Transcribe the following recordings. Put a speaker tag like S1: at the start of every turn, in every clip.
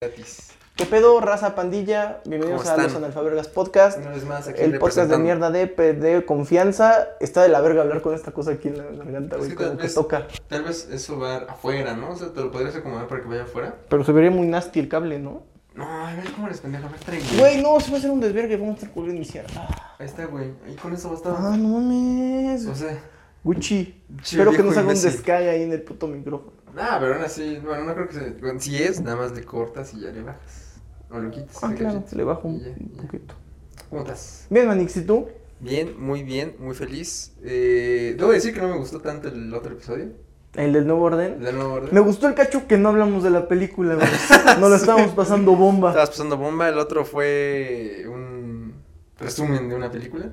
S1: gratis.
S2: ¿Qué pedo, raza pandilla? Bienvenidos
S1: ¿Cómo
S2: a Los
S1: están?
S2: Analfabergas Podcast.
S1: Una vez más, aquí
S2: El podcast de
S1: representando.
S2: mierda de, de confianza. Está de la verga hablar con esta cosa aquí en la garganta,
S1: Es
S2: güey.
S1: que
S2: como
S1: tal
S2: que
S1: vez-
S2: toca.
S1: Tal vez eso va afuera, ¿no? O sea, te lo podrías acomodar para que vaya afuera.
S2: Pero se vería muy nasty el cable, ¿no?
S1: No, a ver cómo les pendeja, a ver, traigo.
S2: Güey, no, se va a hacer un desvergue. Vamos a estar culo iniciar. Ah,
S1: Ahí está, güey. Ahí con eso bastaba.
S2: ah, no mames.
S1: O sea,
S2: Gucci.
S1: Che,
S2: Espero que
S1: viejo
S2: no se haga un
S1: imbécil.
S2: descague ahí en el puto micrófono.
S1: nada, pero aún así, bueno, no creo que se. bueno, si es, nada más le cortas y ya le bajas. O lo quitas.
S2: Ah,
S1: le
S2: claro.
S1: cachitas.
S2: Le bajo un
S1: Y ya, y ya.
S2: poquito.
S1: ¿Cómo estás?
S2: Bien, Manix, ¿y tú?
S1: Bien, muy bien, muy feliz. Eh, debo decir que no me gustó tanto el otro episodio.
S2: ¿El del nuevo orden?
S1: De nuevo orden.
S2: Me gustó el cacho que no hablamos de la película, güey. Nos la estábamos pasando bomba.
S1: Estabas pasando bomba, el otro fue un resumen de una película.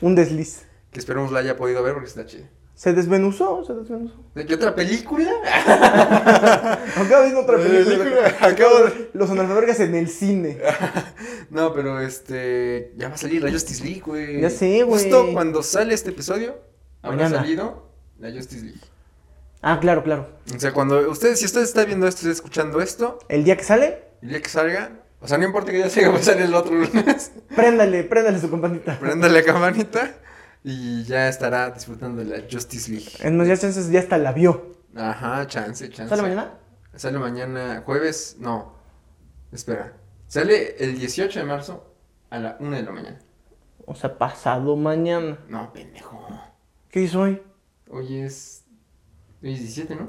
S2: Un desliz.
S1: Que esperemos la haya podido ver porque está chida.
S2: Se desmenuzó, se desmenuzó.
S1: ¿De qué otra película?
S2: Acabo de ver otra película.
S1: Acabo de...
S2: Los analfabergas en el cine.
S1: No, pero este. Ya va a salir la Justice League, güey.
S2: Ya sé, güey.
S1: Justo cuando sale este episodio, habrá
S2: Mañana.
S1: salido la Justice League.
S2: Ah, claro, claro.
S1: O sea, cuando ustedes, si usted está viendo esto, está escuchando esto,
S2: El día que sale,
S1: el día que salga, o sea, no importa que ya salga, va a salir el otro lunes.
S2: préndale, préndale su campanita.
S1: Prenda la campanita y ya estará disfrutando de la Justice League.
S2: En ya chances ya hasta la vio.
S1: Ajá, chance, chance.
S2: ¿Sale mañana?
S1: Sale mañana jueves, no. Espera. Sale el 18 de marzo a la 1 de la mañana.
S2: O sea, pasado mañana.
S1: No, pendejo.
S2: ¿Qué hizo hoy?
S1: Hoy es. Hoy es 17, ¿no?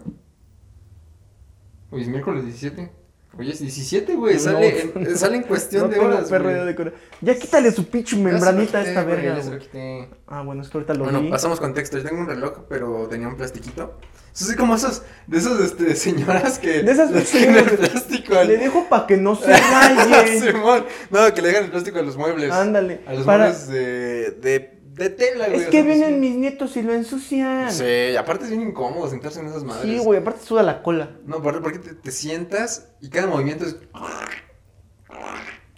S1: Hoy es miércoles 17. Hoy es 17, güey.
S2: No.
S1: Sale, en, eh, sale en cuestión
S2: No
S1: de
S2: tengo
S1: horas.
S2: perro
S1: güey.
S2: idea de cora- Ya quítale su pinche membranita a
S1: Ya se lo
S2: esta
S1: quité,
S2: verga.
S1: güey, ya se lo
S2: güey.
S1: quité.
S2: Ah, bueno, es que ahorita lo
S1: Bueno,
S2: vi.
S1: pasamos contexto. Yo tengo un reloj, pero tenía un plastiquito. Eso sí, como esos. De esos, este, señoras que.
S2: De esas
S1: le
S2: veces que
S1: dejan
S2: uno
S1: el
S2: se-
S1: plástico al.
S2: Le dejo para que no se vaya.
S1: Simón. No, que le dejan el plástico a los muebles.
S2: Ándale.
S1: pues. A los
S2: para-
S1: muebles de, de, de tela, güey.
S2: Es
S1: o
S2: que
S1: sea,
S2: vienen
S1: sí.
S2: mis nietos y lo ensucian. Sí,
S1: Sí, aparte es bien incómodo sentarse en esas madres.
S2: güey, aparte suda la cola.
S1: No, aparte porque te, te sientas y cada movimiento es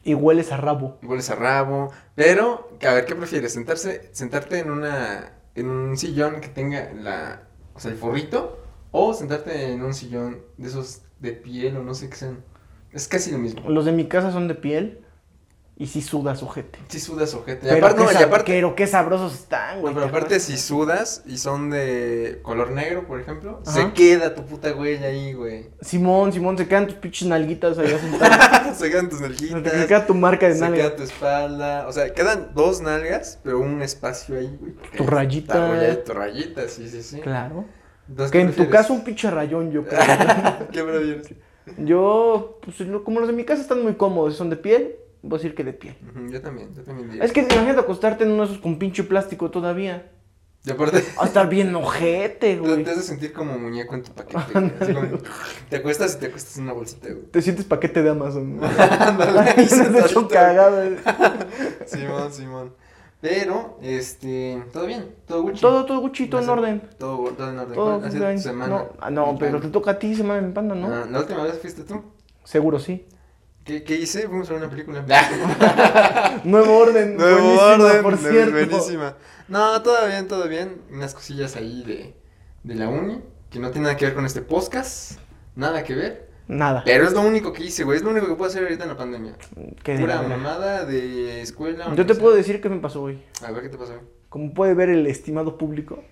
S2: Y hueles a rabo.
S1: hueles a rabo. Pero, a ver, ¿qué prefieres? ¿Sentarse, sentarte en una. en un sillón que tenga la. o sea, el forrito? O sentarte en un sillón de esos de piel o no sé qué sean. Es casi lo mismo.
S2: Los de mi casa son de piel y sí sudas, ojete.
S1: Si sudas, ojete. Y
S2: Pero,
S1: aparte,
S2: qué
S1: no, y
S2: sab-
S1: aparte,
S2: pero qué sabrosos están, güey.
S1: No, pero
S2: te
S1: aparte
S2: acuerdas.
S1: si sudas y son de color negro, por ejemplo,
S2: Ajá.
S1: se queda tu puta huella ahí, güey.
S2: Simón, Simón, se quedan tus pinches nalguitas allá sentadas.
S1: se quedan tus
S2: se
S1: nalguitas,
S2: te queda tu marca de
S1: se
S2: nalga.
S1: queda tu espalda, o sea, quedan dos nalgas, pero un espacio ahí, güey. que
S2: Tu
S1: está
S2: rayita.
S1: huella de tu rayita, sí, sí, sí.
S2: Claro.
S1: Entonces,
S2: Que
S1: ¿qué
S2: en tu
S1: prefieres?
S2: caso un pinche rayón, yo creo.
S1: ¿Qué prefieres?
S2: yo, pues lo- como los de mi casa están muy cómodos, son de piel, voy a decir que de piel.
S1: Ujú, Yo también, yo también diría.
S2: Es que imagínate acostarte en uno de esos con pinche plástico todavía.
S1: Y aparte,
S2: Va a estar bien ojete,
S1: te,
S2: güey.
S1: te has de sentir como muñeco en tu paquete, güey, así como- te acuestas y te acuestas en una bolsita, güey.
S2: Te sientes paquete de Amazon. güey.
S1: Ándale, ahí
S2: Ay, se te
S1: sentadito,
S2: hecho
S1: güey.
S2: cagado. güey.
S1: Simón, Simón. Pero, este, todo bien, todo Gucci.
S2: Todo, todo Gucci, todo en
S1: Gracias.
S2: orden.
S1: Todo, todo en orden.
S2: Todo
S1: ¿Cuál ha sido tu
S2: bien.
S1: semana?
S2: No, ah, no,
S1: Mi
S2: pero te
S1: plan.
S2: toca a ti, semana en panda, ¿no?
S1: Ah, la última vez fuiste tú.
S2: Seguro sí.
S1: ¿Qué, qué hice? Fuimos a ver una película.
S2: Nuevo orden, buenísima, por
S1: de-
S2: cierto.
S1: buenísima. No, todo bien, todo bien. Unas cosillas ahí de, de la uni, que no tiene nada que ver con este podcast, nada que ver.
S2: Nada.
S1: Pero es lo único que hice, güey, es lo único que puedo hacer ahorita en la pandemia.
S2: que de la
S1: Pura
S2: verga.
S1: mamada de escuela.
S2: Yo te
S1: universidad.
S2: puedo decir qué me pasó hoy.
S1: A ver, ¿qué te pasó?
S2: Como puede ver el estimado público,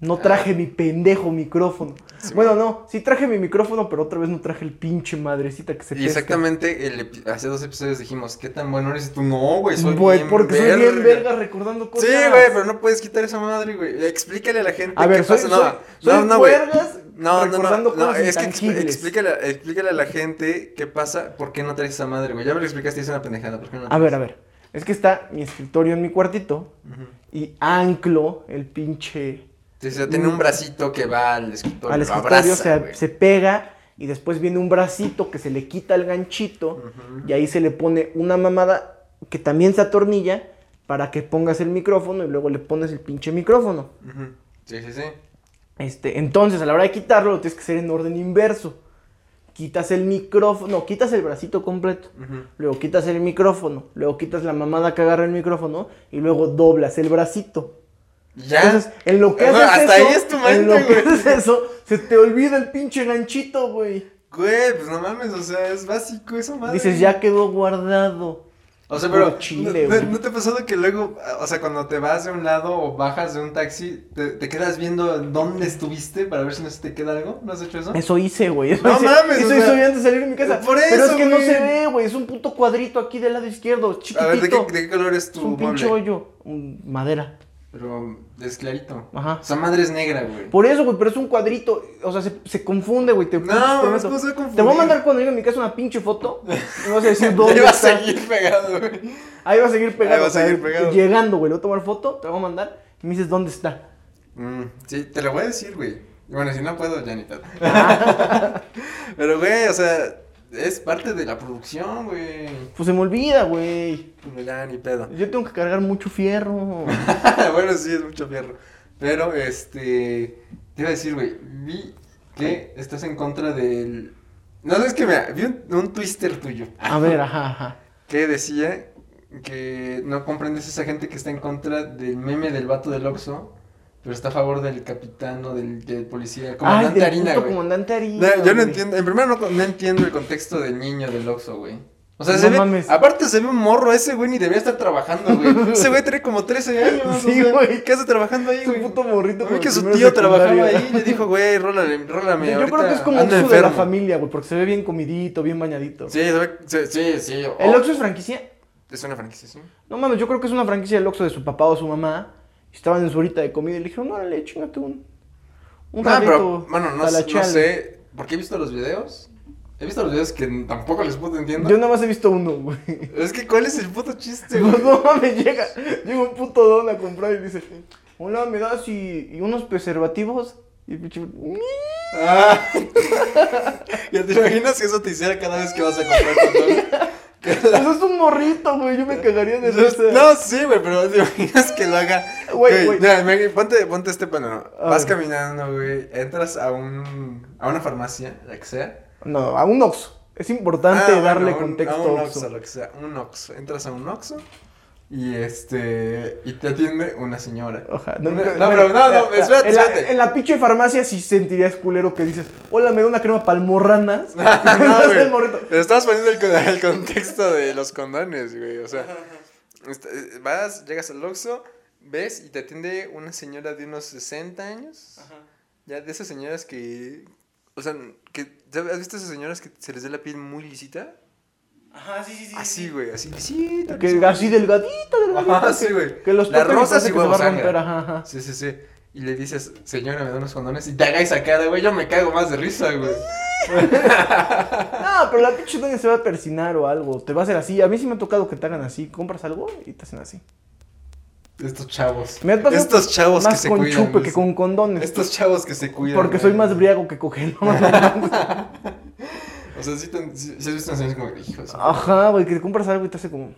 S2: no traje mi pendejo micrófono.
S1: Ah. Sí,
S2: bueno, no, sí traje mi micrófono, pero otra vez no traje el pinche madrecita que se
S1: Y
S2: pesca.
S1: exactamente, el epi- hace dos episodios dijimos, ¿qué tan bueno eres? Y tú, no, güey, soy
S2: Güey,
S1: bien
S2: porque soy bien
S1: verga".
S2: verga recordando
S1: Sí,
S2: cosas.
S1: güey, pero no puedes quitar esa madre, güey. Explícale a la gente
S2: A ver,
S1: qué
S2: soy,
S1: pasa.
S2: soy,
S1: No,
S2: soy
S1: no, no, güey.
S2: vergas
S1: No, no, no,
S2: recordando
S1: no,
S2: cosas
S1: es que expl-
S2: intangibles.
S1: explícale, explícale a la gente qué pasa, por qué no traes esa madre, güey. Ya me lo explicaste, es una pendejada, ¿por qué no? la
S2: A ver, a
S1: traes?
S2: ver. Es que está mi escritorio en mi cuartito
S1: Ujú.
S2: y anclo el pinche
S1: Sí, o sea, tiene un bracito que va al escritorio,
S2: Mm. al
S1: lo
S2: escritorio,
S1: abraza,
S2: se,
S1: güey.
S2: se pega y después viene un bracito que se le quita el ganchito
S1: Ujú.
S2: y ahí se le pone una mamada que también se atornilla para que pongas el micrófono y luego le pones el pinche micrófono.
S1: Ujú. Sí, sí, sí.
S2: Este, entonces a la hora de quitarlo lo tienes que hacer en orden inverso. Quitas el micrófono, no, quitas el bracito completo.
S1: Ujú.
S2: Luego quitas el micrófono, luego quitas la mamada que agarra el micrófono y luego doblas el bracito.
S1: Ya.
S2: Entonces, en lo que
S1: Ajá,
S2: haces
S1: hasta
S2: eso,
S1: ahí es tu
S2: en lo
S1: mente,
S2: que
S1: güey.
S2: haces eso, se te olvida el pinche ganchito, güey.
S1: Güey, pues no mames, o sea, es básico esa madre.
S2: Dices, ya quedó guardado.
S1: O sea, pero
S2: Puro chile,
S1: ¿no, no-
S2: güey.
S1: no te ha pasado que luego, o sea, cuando te vas de un lado o bajas de un taxi, te, te quedas viendo dónde estuviste para ver si no se te queda algo? ¿No has hecho eso?
S2: Eso hice, güey. Eso
S1: No
S2: hice.
S1: mames, o
S2: Eso
S1: sea,
S2: hice hoy antes de salir de mi casa.
S1: por
S2: Pero es
S1: eso,
S2: que no
S1: güey.
S2: se ve, güey. Es un puto cuadrito aquí del lado izquierdo, chiquitito.
S1: A ver, ¿de qué, de qué color es tu
S2: es un
S1: mueble?
S2: pinche hoyo. Un- madera.
S1: Pero es clarito.
S2: Ajá.
S1: Esa madre es negra, güey.
S2: Por eso, güey, pero es un cuadrito. O sea, se, se confunde, güey. Te,
S1: No,
S2: te
S1: mames,
S2: meto-
S1: ¿cómo se va a confundir?
S2: Te voy a mandar cuando llegue a mi casa una pinche foto. Y vas a decir
S1: Te
S2: dónde
S1: iba a
S2: está.
S1: seguir pegado, güey.
S2: Ahí va a seguir pegado.
S1: Ahí va a
S2: o sea,
S1: seguir pegado.
S2: Llegando, güey. Le voy a tomar foto, te la voy a mandar. Y me dices dónde está.
S1: Mm, sí, te lo voy a decir, güey. Bueno, si no puedo, ya ni tanto. Pero, güey, o sea, es parte de la producción, güey.
S2: Pues se me olvida, güey.
S1: Pero ya ni pedo.
S2: Yo tengo que cargar mucho fierro.
S1: bueno, sí, es mucho fierro. Pero, este. Te iba a decir, güey. Vi que estás en contra del. No, es que me. Vi un, un twister tuyo.
S2: A ver, ajá, ajá.
S1: Que decía que no comprendes esa gente que está en contra del meme del vato del Oxxo. Pero está a favor del capitán o del, del policía. Comandante
S2: del
S1: Harina,
S2: puto
S1: güey.
S2: comandante harina.
S1: No, yo no
S2: güey.
S1: entiendo, en primer lugar no, no entiendo el contexto del niño del Oxxo, güey. O sea,
S2: No
S1: se ve,
S2: mames.
S1: aparte se ve un morro ese güey ni debería estar trabajando, güey. Ese güey tiene como 13 años,
S2: Sí,
S1: o sea,
S2: güey.
S1: ¿Qué hace trabajando ahí,
S2: Es un
S1: güey?
S2: puto morrito.
S1: No vi
S2: como
S1: que su
S2: primero
S1: tío
S2: secundaria.
S1: trabajaba ahí y le dijo, güey, rólale, rólame,
S2: Yo
S1: ahorita
S2: creo que es como un
S1: ando
S2: uso de la
S1: enfermo".
S2: familia, güey, porque se ve bien comidito, bien bañadito.
S1: Sí, se ve- se- sí, sí. o-
S2: ¿El Oxxo es franquicia?
S1: Es una franquicia, sí.
S2: No mames, yo creo que es una franquicia del Oxxo de su papá o su mamá. y Estaban en su horita de comida y le dijeron, órale, chingate un... Un
S1: No, Ah, pero,
S2: rabito
S1: bueno, no,
S2: a la
S1: sé- no
S2: chale".
S1: sé, porque he visto los videos. He visto los videos que tampoco les puedo entiendo.
S2: Yo nada más he visto uno, güey.
S1: Es que, ¿cuál es el puto chiste, güey?
S2: Pues no mames, llega, llega un puto don a comprar y dice, hola, ¿me das y, y unos preservativos? Y el pinche...
S1: Ah. ¿Ya te imaginas que eso te hiciera cada vez que vas a comprar condón? Que la-
S2: Eso pues es un morrito, güey, yo me cagaría de risa.
S1: No, sí, güey, pero te imaginas que lo haga.
S2: Güey, güey.
S1: mira, me- ponte, ponte este panorama.
S2: A
S1: Vas
S2: ver.
S1: caminando, güey. Entras a un a una farmacia, la que sea.
S2: No, a un Oxxo. Es importante
S1: Ah,
S2: darle
S1: bueno, a un-
S2: contexto
S1: A un
S2: Oxxo.
S1: Oxxo, lo que sea. Un Oxxo. Entras a un Oxxo. Y este. Y te atiende una señora.
S2: Oja,
S1: Una- no, pero no, no,
S2: en
S1: espérate,
S2: la-
S1: espérate.
S2: En la pinche farmacia sí sentirías culero que dices, hola, me da una crema palmorranas.
S1: no, güey.
S2: El morrito.
S1: Pero estabas poniendo el, con- el contexto de los condones, güey. O sea, esta- eh, vas, llegas al Oxxo, ves y te atiende una señora de unos 60 años. Ya de esas señoras que. O sea, que, ¿sabes? ¿has visto esas señoras que se les da la piel muy lisita?
S3: Ajá, sí, sí, sí.
S1: Así, güey, así lisita.
S2: Que
S1: lisita.
S2: así delgadito, delgadito.
S1: Ajá,
S2: que-
S1: sí, güey.
S2: Que los
S1: Las
S2: tocan y
S1: rosas
S2: parece
S1: y
S2: que se va
S1: huevos
S2: a romper,
S1: sangra.
S2: ajá, ajá.
S1: Sí, sí, sí. Y le dices, señora, me da unos condones y te hagáis esa cara, güey. Yo me cago más de risa, güey.
S2: No, Ah, pero la pinche doña se va a persinar o algo. Te va a hacer así. A mí sí me ha tocado que te hagan así. Compras algo y te hacen así.
S1: Estos chavos.
S2: Me ha pasado
S1: Estos chavos que
S2: Más
S1: se
S2: con
S1: cuidan.
S2: chupe
S1: güey.
S2: que con condones.
S1: Estos chavos que se cuidan.
S2: porque
S1: güey.
S2: soy más briago que coge.
S1: O sea, si te, sí- sí has visto enseñanzas como que, hijos.
S2: Ajá, güey, que te compras algo y te hace como...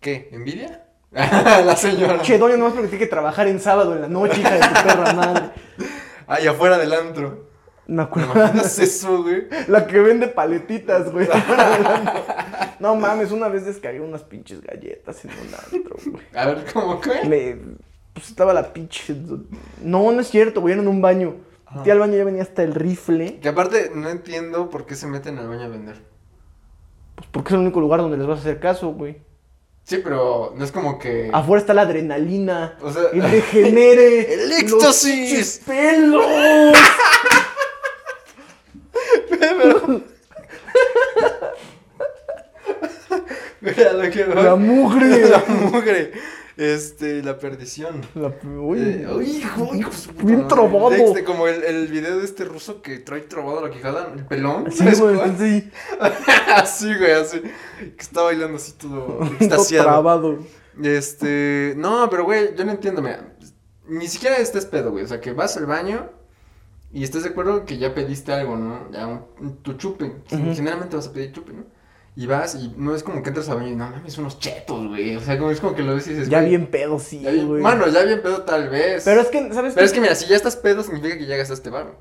S1: ¿Qué? ¿Envidia? la señora.
S2: Che, doña, nomás porque tiene que trabajar en sábado en la noche, hija de tu perra madre.
S1: Ahí afuera del antro.
S2: Me
S1: ¿Te
S2: acuerdo.
S1: imaginas eso, güey?
S2: La que vende paletitas, güey. No mames, una vez descargué unas pinches galletas en un antro, güey.
S1: A ver, ¿cómo qué?
S2: Me- Pues estaba la pinche. No, no es cierto, güey, era en un baño.
S1: Ajá.
S2: Fui al baño ya venía hasta el rifle.
S1: Que aparte no entiendo por qué se meten al baño a vender.
S2: Pues porque es el único lugar donde les vas a hacer caso, güey.
S1: Sí, pero no es como que.
S2: Afuera está la adrenalina.
S1: O sea-
S2: el degenere.
S1: ¡El
S2: los
S1: éxtasis!
S2: pinches pelos.
S1: Mira lo que voy.
S2: La mugre.
S1: La mugre. Este, la perdición.
S2: La- uy,
S1: Eh, ay, hijo, hijo de su puta
S2: Bien
S1: madre.
S2: trabado.
S1: Este, como el, el video de este ruso que trae trabado la quijada, el pelón.
S2: Sí,
S1: ¿sabes
S2: güey,
S1: cuál?
S2: entonces sí,
S1: así, güey, así. Que está bailando así todo
S2: todo
S1: extasiado.
S2: trabado.
S1: Este, no, pero güey, yo no entiendo, mira, ni siquiera estés pedo, güey, o sea, que vas al baño y estás de acuerdo que ya pediste algo, ¿no? Ya un- un- tu chupe,
S2: Ujú.
S1: generalmente vas a pedir chupe, ¿no? Y vas y no es como que entras al baño y no mames, unos chetos, güey, o sea, como es como que lo ves y dices,
S2: Ya
S1: güey,
S2: bien pedo, sí,
S1: ya bien-
S2: güey.
S1: Bueno, ya bien pedo tal vez.
S2: Pero es que,
S1: Pero
S2: ¿sabes qué?
S1: es que mira, si ya estás pedo significa que este ya gastaste barro.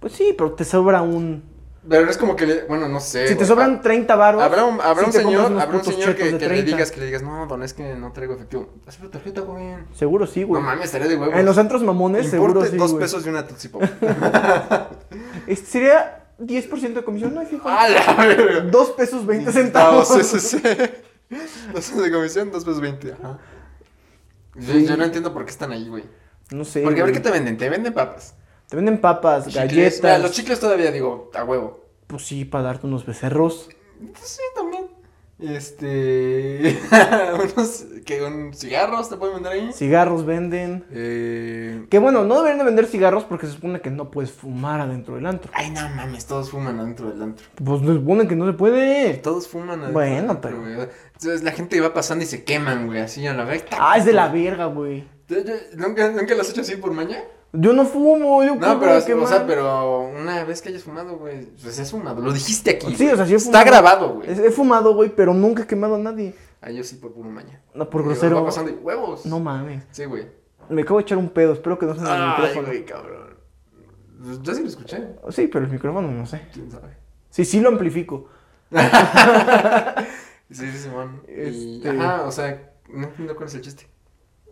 S2: Pues sí, pero te sobra un...
S1: Pero no es como que, le- bueno, no sé.
S2: Si te
S1: güey,
S2: sobran 30 varos...
S1: Habrá un, habrá
S2: sí
S1: un
S2: te compras
S1: señor,
S2: unos
S1: habrá un
S2: putos
S1: señor que,
S2: chetos de
S1: que le
S2: 30.
S1: digas, que le digas, no, don, es que no traigo efectivo. Haz tu tarjeta, güey.
S2: Seguro sí,
S1: No
S2: güey.
S1: mames, estaría de huevos.
S2: en los antros mamones,
S1: Importe
S2: seguro sí,
S1: dos
S2: güey.
S1: pesos de una Tootsie Pop.
S2: Este sería 10% de comisión, no hay fijo.
S1: ¡A la verga!
S2: 2 pesos 20 centavos.
S1: Dos, sí, sí, sí. Dos pesos de comisión, dos pesos 20. Ajá. Yo, yo no entiendo por qué están ahí, güey.
S2: No sé.
S1: Porque a ver
S2: güey.
S1: qué te venden. Te venden papas.
S2: Te venden papas,
S1: Chicles. Mira,
S2: galletas.
S1: los chicles todavía digo, a huevo.
S2: Pues sí, para darte unos becerros.
S1: Sí, también. Este. unos. que un cigarros te pueden vender ahí.
S2: Cigarros venden.
S1: Eh.
S2: Que bueno, no deberían de vender cigarros porque se supone que no puedes fumar adentro del antro.
S1: Ay, no mames, todos fuman adentro del antro.
S2: Pues se supone que no se puede.
S1: Todos fuman adentro.
S2: Bueno,
S1: del antro,
S2: pero-
S1: güey. Entonces la gente va pasando y se queman, güey, así a la vez.
S2: Ah, es de la verga, güey.
S1: ¿Nunca, ¿Nunca lo has hecho así por maña?
S2: Yo no fumo, yo
S1: No,
S2: cómo
S1: pero,
S2: voy a
S1: o sea,
S2: quemar?
S1: pero una vez que hayas fumado, güey, pues has fumado, lo dijiste aquí.
S2: Sí, o sea, sí he
S1: Está
S2: fumado.
S1: grabado, güey.
S2: Es- He fumado, güey, pero nunca he quemado a nadie.
S1: Ah, yo sí por puro maña.
S2: No, por
S1: Digo,
S2: grosero.
S1: Va pasando y huevos.
S2: No mames.
S1: Sí, güey.
S2: Me acabo de echar un pedo, espero que no sea en el
S1: Ay,
S2: micrófono.
S1: güey, cabrón. Pues, Yo sí lo escuché,
S2: Sí, pero el micrófono no sé.
S1: quién sabe.
S2: Sí, sí lo amplifico.
S1: Sí, sí, Simón. Y-
S2: Este-
S1: Ajá, o sea, no entiendo cuál es el chiste.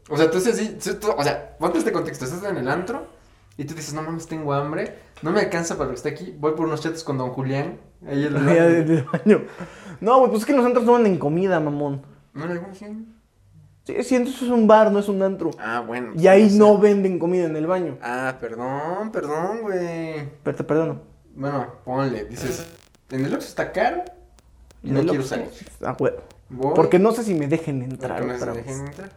S1: O sea, tú dices así, sí, tú- o sea, ponte este contexto, estás en el antro y tú dices, no mames, tengo hambre, no me alcanza para lo que está aquí, voy por unos chatos con Don Julián. Ahí el...
S2: Ya del- del baño. No, güey, pues es que los antros no venden comida, mamón.
S1: ¿No le algún fin?
S2: Sí, sí, entonces es un bar, no es un antro.
S1: Ah, bueno.
S2: Y ahí
S1: sé.
S2: no venden comida en el baño.
S1: Ah, perdón, perdón, güey.
S2: Pero te perdono.
S1: Bueno, ponle, dices, en el Oxxo está caro y no
S2: Me lo-
S1: quiero salir.
S2: Ah, huevo.
S1: Voy,
S2: Porque no sé si me dejen
S1: porque
S2: entrar
S1: no se
S2: otra
S1: dejen
S2: vez.
S1: entrar.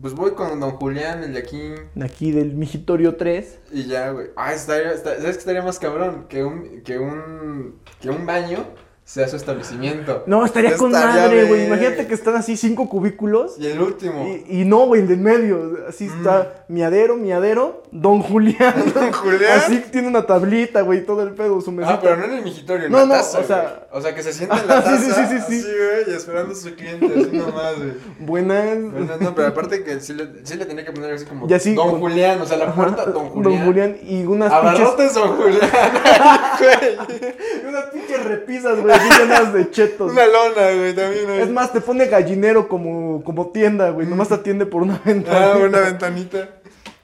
S1: Pues voy con Don Julián, el de aquí,
S2: De Aquí del Mijitorio 3.
S1: Y ya, güey. Ah, estaría, esta- ¿sabes qué estaría más cabrón? Que un, que un, que un baño sea su establecimiento.
S2: No, estaría con
S1: Estaría
S2: madre, güey.
S1: bien.
S2: Imagínate que están así cinco cubículos.
S1: Y el último.
S2: Y, y no, güey, el del medio. Así está miadero, miadero, don Julián.
S1: Mm. Don Julián.
S2: Así tiene una tablita, güey, todo el pedo, su mesita.
S1: Ah, pero no en el mijitorio, en
S2: No,
S1: la
S2: no,
S1: taza,
S2: o sea-
S1: güey. O sea, que se sienta en la
S2: Ajá,
S1: taza.
S2: sí, sí, sí, sí, sí.
S1: Así, güey, y esperando a su cliente, así nomás, güey.
S2: Buenas.
S1: Bueno, no, pero aparte que sí le, sí le tenía que poner así como
S2: Y así
S1: Don
S2: con-
S1: Julián, o sea, la puerta Don Julián.
S2: Don Julián y unas pinches,
S1: Abarrotes Don Julián. güey.
S2: unas pinches repisas, güey, así llenas de chetos.
S1: Una lona, güey, también. ahí.
S2: Es más, te pone gallinero como, como tienda, güey. Nomás te atiende por una ventana.
S1: Mm. Ah, una ventanita.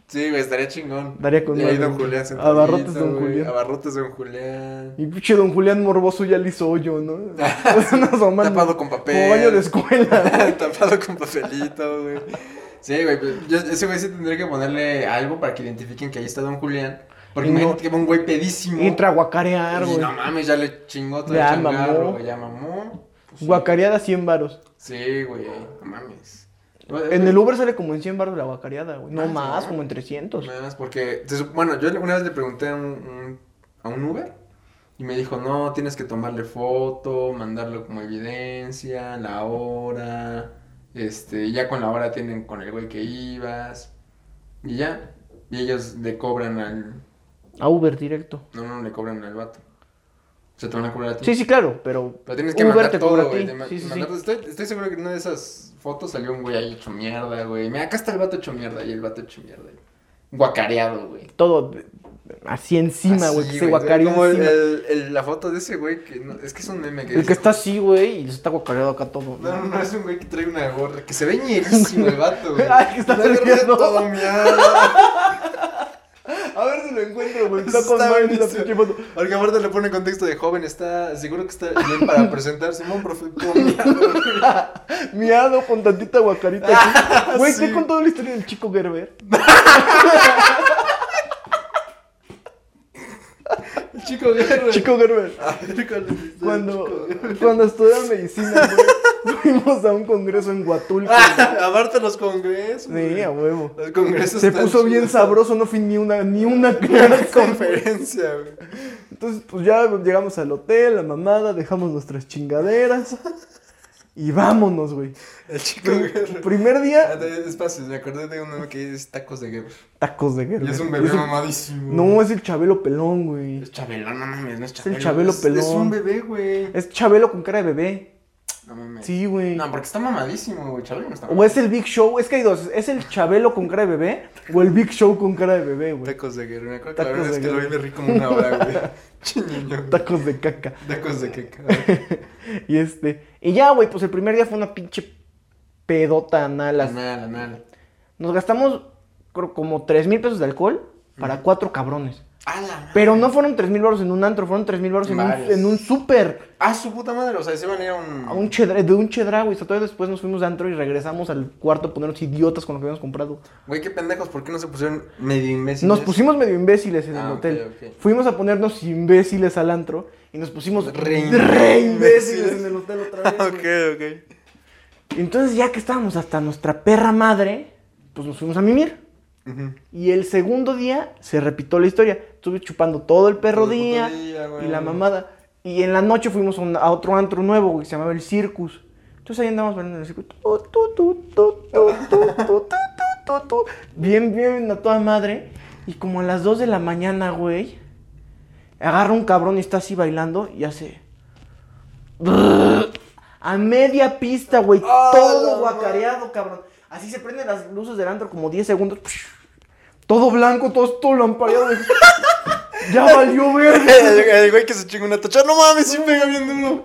S1: Sí, güey, estaría chingón.
S2: Daría con
S1: Y ahí
S2: madre.
S1: Don Julián sentadito,
S2: Abarrotes Don
S1: güey,
S2: Julián.
S1: Abarrotes Don Julián.
S2: Y pinche don Julián Morboso ya le hizo hoyo, ¿no? Nos asoman
S1: Tapado con papel.
S2: Como baño de escuela.
S1: Tapado con papelito, güey. Sí, güey, pues, yo- ese güey sí tendría que ponerle algo para que identifiquen que ahí está Don Julián. Porque
S2: Y no-
S1: imagínate que va un güey pedísimo.
S2: Entra a guacarear,
S1: y
S2: güey.
S1: no mames, ya le chingó todo
S2: Ya
S1: el changarro,
S2: mamó.
S1: güey, ya mamó. Pues, sí.
S2: Guacareada 100 varos.
S1: Sí, güey, no mames.
S2: En el Uber sale como en 100 baros la guacareada, güey. No
S1: Ah,
S2: más,
S1: sí.
S2: como en 300.
S1: Nada más porque, se sup- bueno, yo una vez le pregunté a un, un- a un Uber y me dijo, no, tienes que tomarle foto, mandarlo como evidencia, la hora, este, y ya con la hora tienen con el güey que ibas y ya, y ellos le cobran al,
S2: A Uber directo.
S1: no, no, le cobran al vato, se te van a cobrar a ti.
S2: Sí, sí, claro, pero.
S1: Pero tienes que
S2: Uber
S1: mandar
S2: te
S1: todo,
S2: cobra a
S1: güey.
S2: ti.
S1: te ma-
S2: Sí, sí, sí.
S1: mandar- Estoy, estoy seguro que en una de esas fotos salió un güey ahí hecho mierda, güey. Mira, acá está el vato hecho mierda y el vato hecho mierda. Guacareado, güey.
S2: Todo eh, así encima,
S1: Así,
S2: güey. Que se guacareó
S1: Como el-
S2: encima. El,
S1: el- el- la foto de ese güey, que no- es que es un meme que dice-
S2: que está así, güey, y se está guacareado acá todo.
S1: No, no, no, es un güey que trae una gorra, que se ve ñerísimo el vato, güey.
S2: Ay, que está
S1: Una gorra
S2: durmiendo.
S1: todo miado.
S2: A ver si lo encuentro, güey.
S1: Está
S2: Está con
S1: buenísimo.
S2: madre la pinche foto.
S1: Porque aparte le pone en contexto de joven, está, seguro que está bien para presentar Simón, profe, todo miado, güey.
S2: Miado con tantita guacarita aquí. Güey,
S1: sí.
S2: te he contado la historia del chico Gerber.
S1: Chico guerra.
S2: Chico Gerber.
S1: A ver, ¿cuál es el chico
S2: Cuando,
S1: guerra?
S2: cuando estudiaba medicina, güey, fuimos a un congreso en Huatulco.
S1: Ah, aparte los congresos. güey.
S2: Sí, a huevo.
S1: Los congresos.
S2: Se
S1: están
S2: puso bien
S1: chidos.
S2: sabroso, no fui ni una, ni una clase.
S1: Conferencia, güey.
S2: Entonces, pues ya llegamos al hotel, la mamada, dejamos nuestras chingaderas y vámonos, güey.
S1: El chico guerra.
S2: Primer
S1: Ah,
S2: día,
S1: de- Espacios, me acordé de uno que es tacos de guerra.
S2: tacos de guerra.
S1: Y es un bebé mamadísimo.
S2: No, es el Chabelo pelón, güey.
S1: Es Chabelo, no mames, no es
S2: Es el
S1: Chabelo.
S2: Chabelo pelón.
S1: Es un bebé, güey.
S2: Es Chabelo con cara de bebé.
S1: No mames.
S2: Sí, güey.
S1: No, porque está mamadísimo, güey. Chabelo no está
S2: O es el Big Show, es que hay dos, es el Chabelo con cara de bebé o el Big Show con cara de bebé, güey.
S1: Tacos de guerra. Me acuerdo que la
S2: Tacos
S1: verdad es
S2: de
S1: que lo vi
S2: guerra.
S1: me rí como una hora, güey. Chiñiño. güey.
S2: Tacos de caca.
S1: Tacos de caca.
S2: y este, y ya, güey, pues el primer día fue una pinche pedota anal.
S1: La
S2: así.
S1: nala, la nala.
S2: Nos gastamos creo, como 3 mil pesos de alcohol para cuatro cabrones.
S1: A Ah, la madre.
S2: Pero no fueron 3 mil baros en un antro, fueron 3 mil baros en un,
S1: Varios.
S2: en un súper.
S1: Ah, su puta madre. O sea, se van a ir a un.
S2: A un chedra, de un chedra, güey. O sea, todavía después nos fuimos de antro y regresamos al cuarto a ponernos idiotas con lo que habíamos comprado.
S1: Güey, qué pendejos. ¿Por qué no se pusieron medio imbéciles?
S2: Nos pusimos medio imbéciles en el
S1: Ah, ok,
S2: hotel.
S1: ok.
S2: Fuimos a ponernos imbéciles al antro y nos pusimos
S1: Re
S2: re,
S1: imbéciles.
S2: imbéciles en el hotel otra vez. güey.
S1: ok, ok.
S2: Entonces, ya que estábamos hasta nuestra perra madre, pues nos fuimos a mimir.
S1: Ujú.
S2: Y el segundo día se repitió la historia. Estuve chupando todo el perro
S1: Todo el puto
S2: día,
S1: día, güey.
S2: y la mamada. Y en la noche fuimos a, un- a otro antro nuevo, güey, que se llamaba el Circus. Entonces ahí andábamos bailando en el circo. Tu, tu, tu, tu, tu, tu, tu, tu, tu, tu, tu. Bien, bien, a toda madre. Y como a las 2 de la mañana, güey, agarra un cabrón y está así bailando y hace. A media pista, güey.
S1: ¡Ah, la
S2: todo guacareado, cabrón. Así se prenden las luces del antro como 10 segundos. Todo blanco, todo, todo lampareado. güey. ya valió verga.
S1: El, el güey que se chingó una tocha. No mames, sí pega bien duro.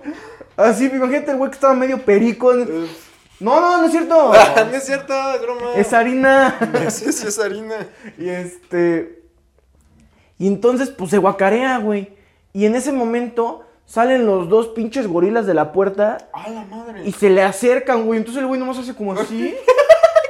S2: Así, imagínate el güey que estaba medio perico. No, no, no es cierto.
S1: Ah, no es cierto, es broma.
S2: es harina.
S1: No sé si es harina.
S2: y este. Y entonces, pues se guacarea, güey. Y en ese momento salen los dos pinches gorilas de la puerta
S1: A la madre.
S2: y se le acercan, güey. Entonces el güey nomás hace como así.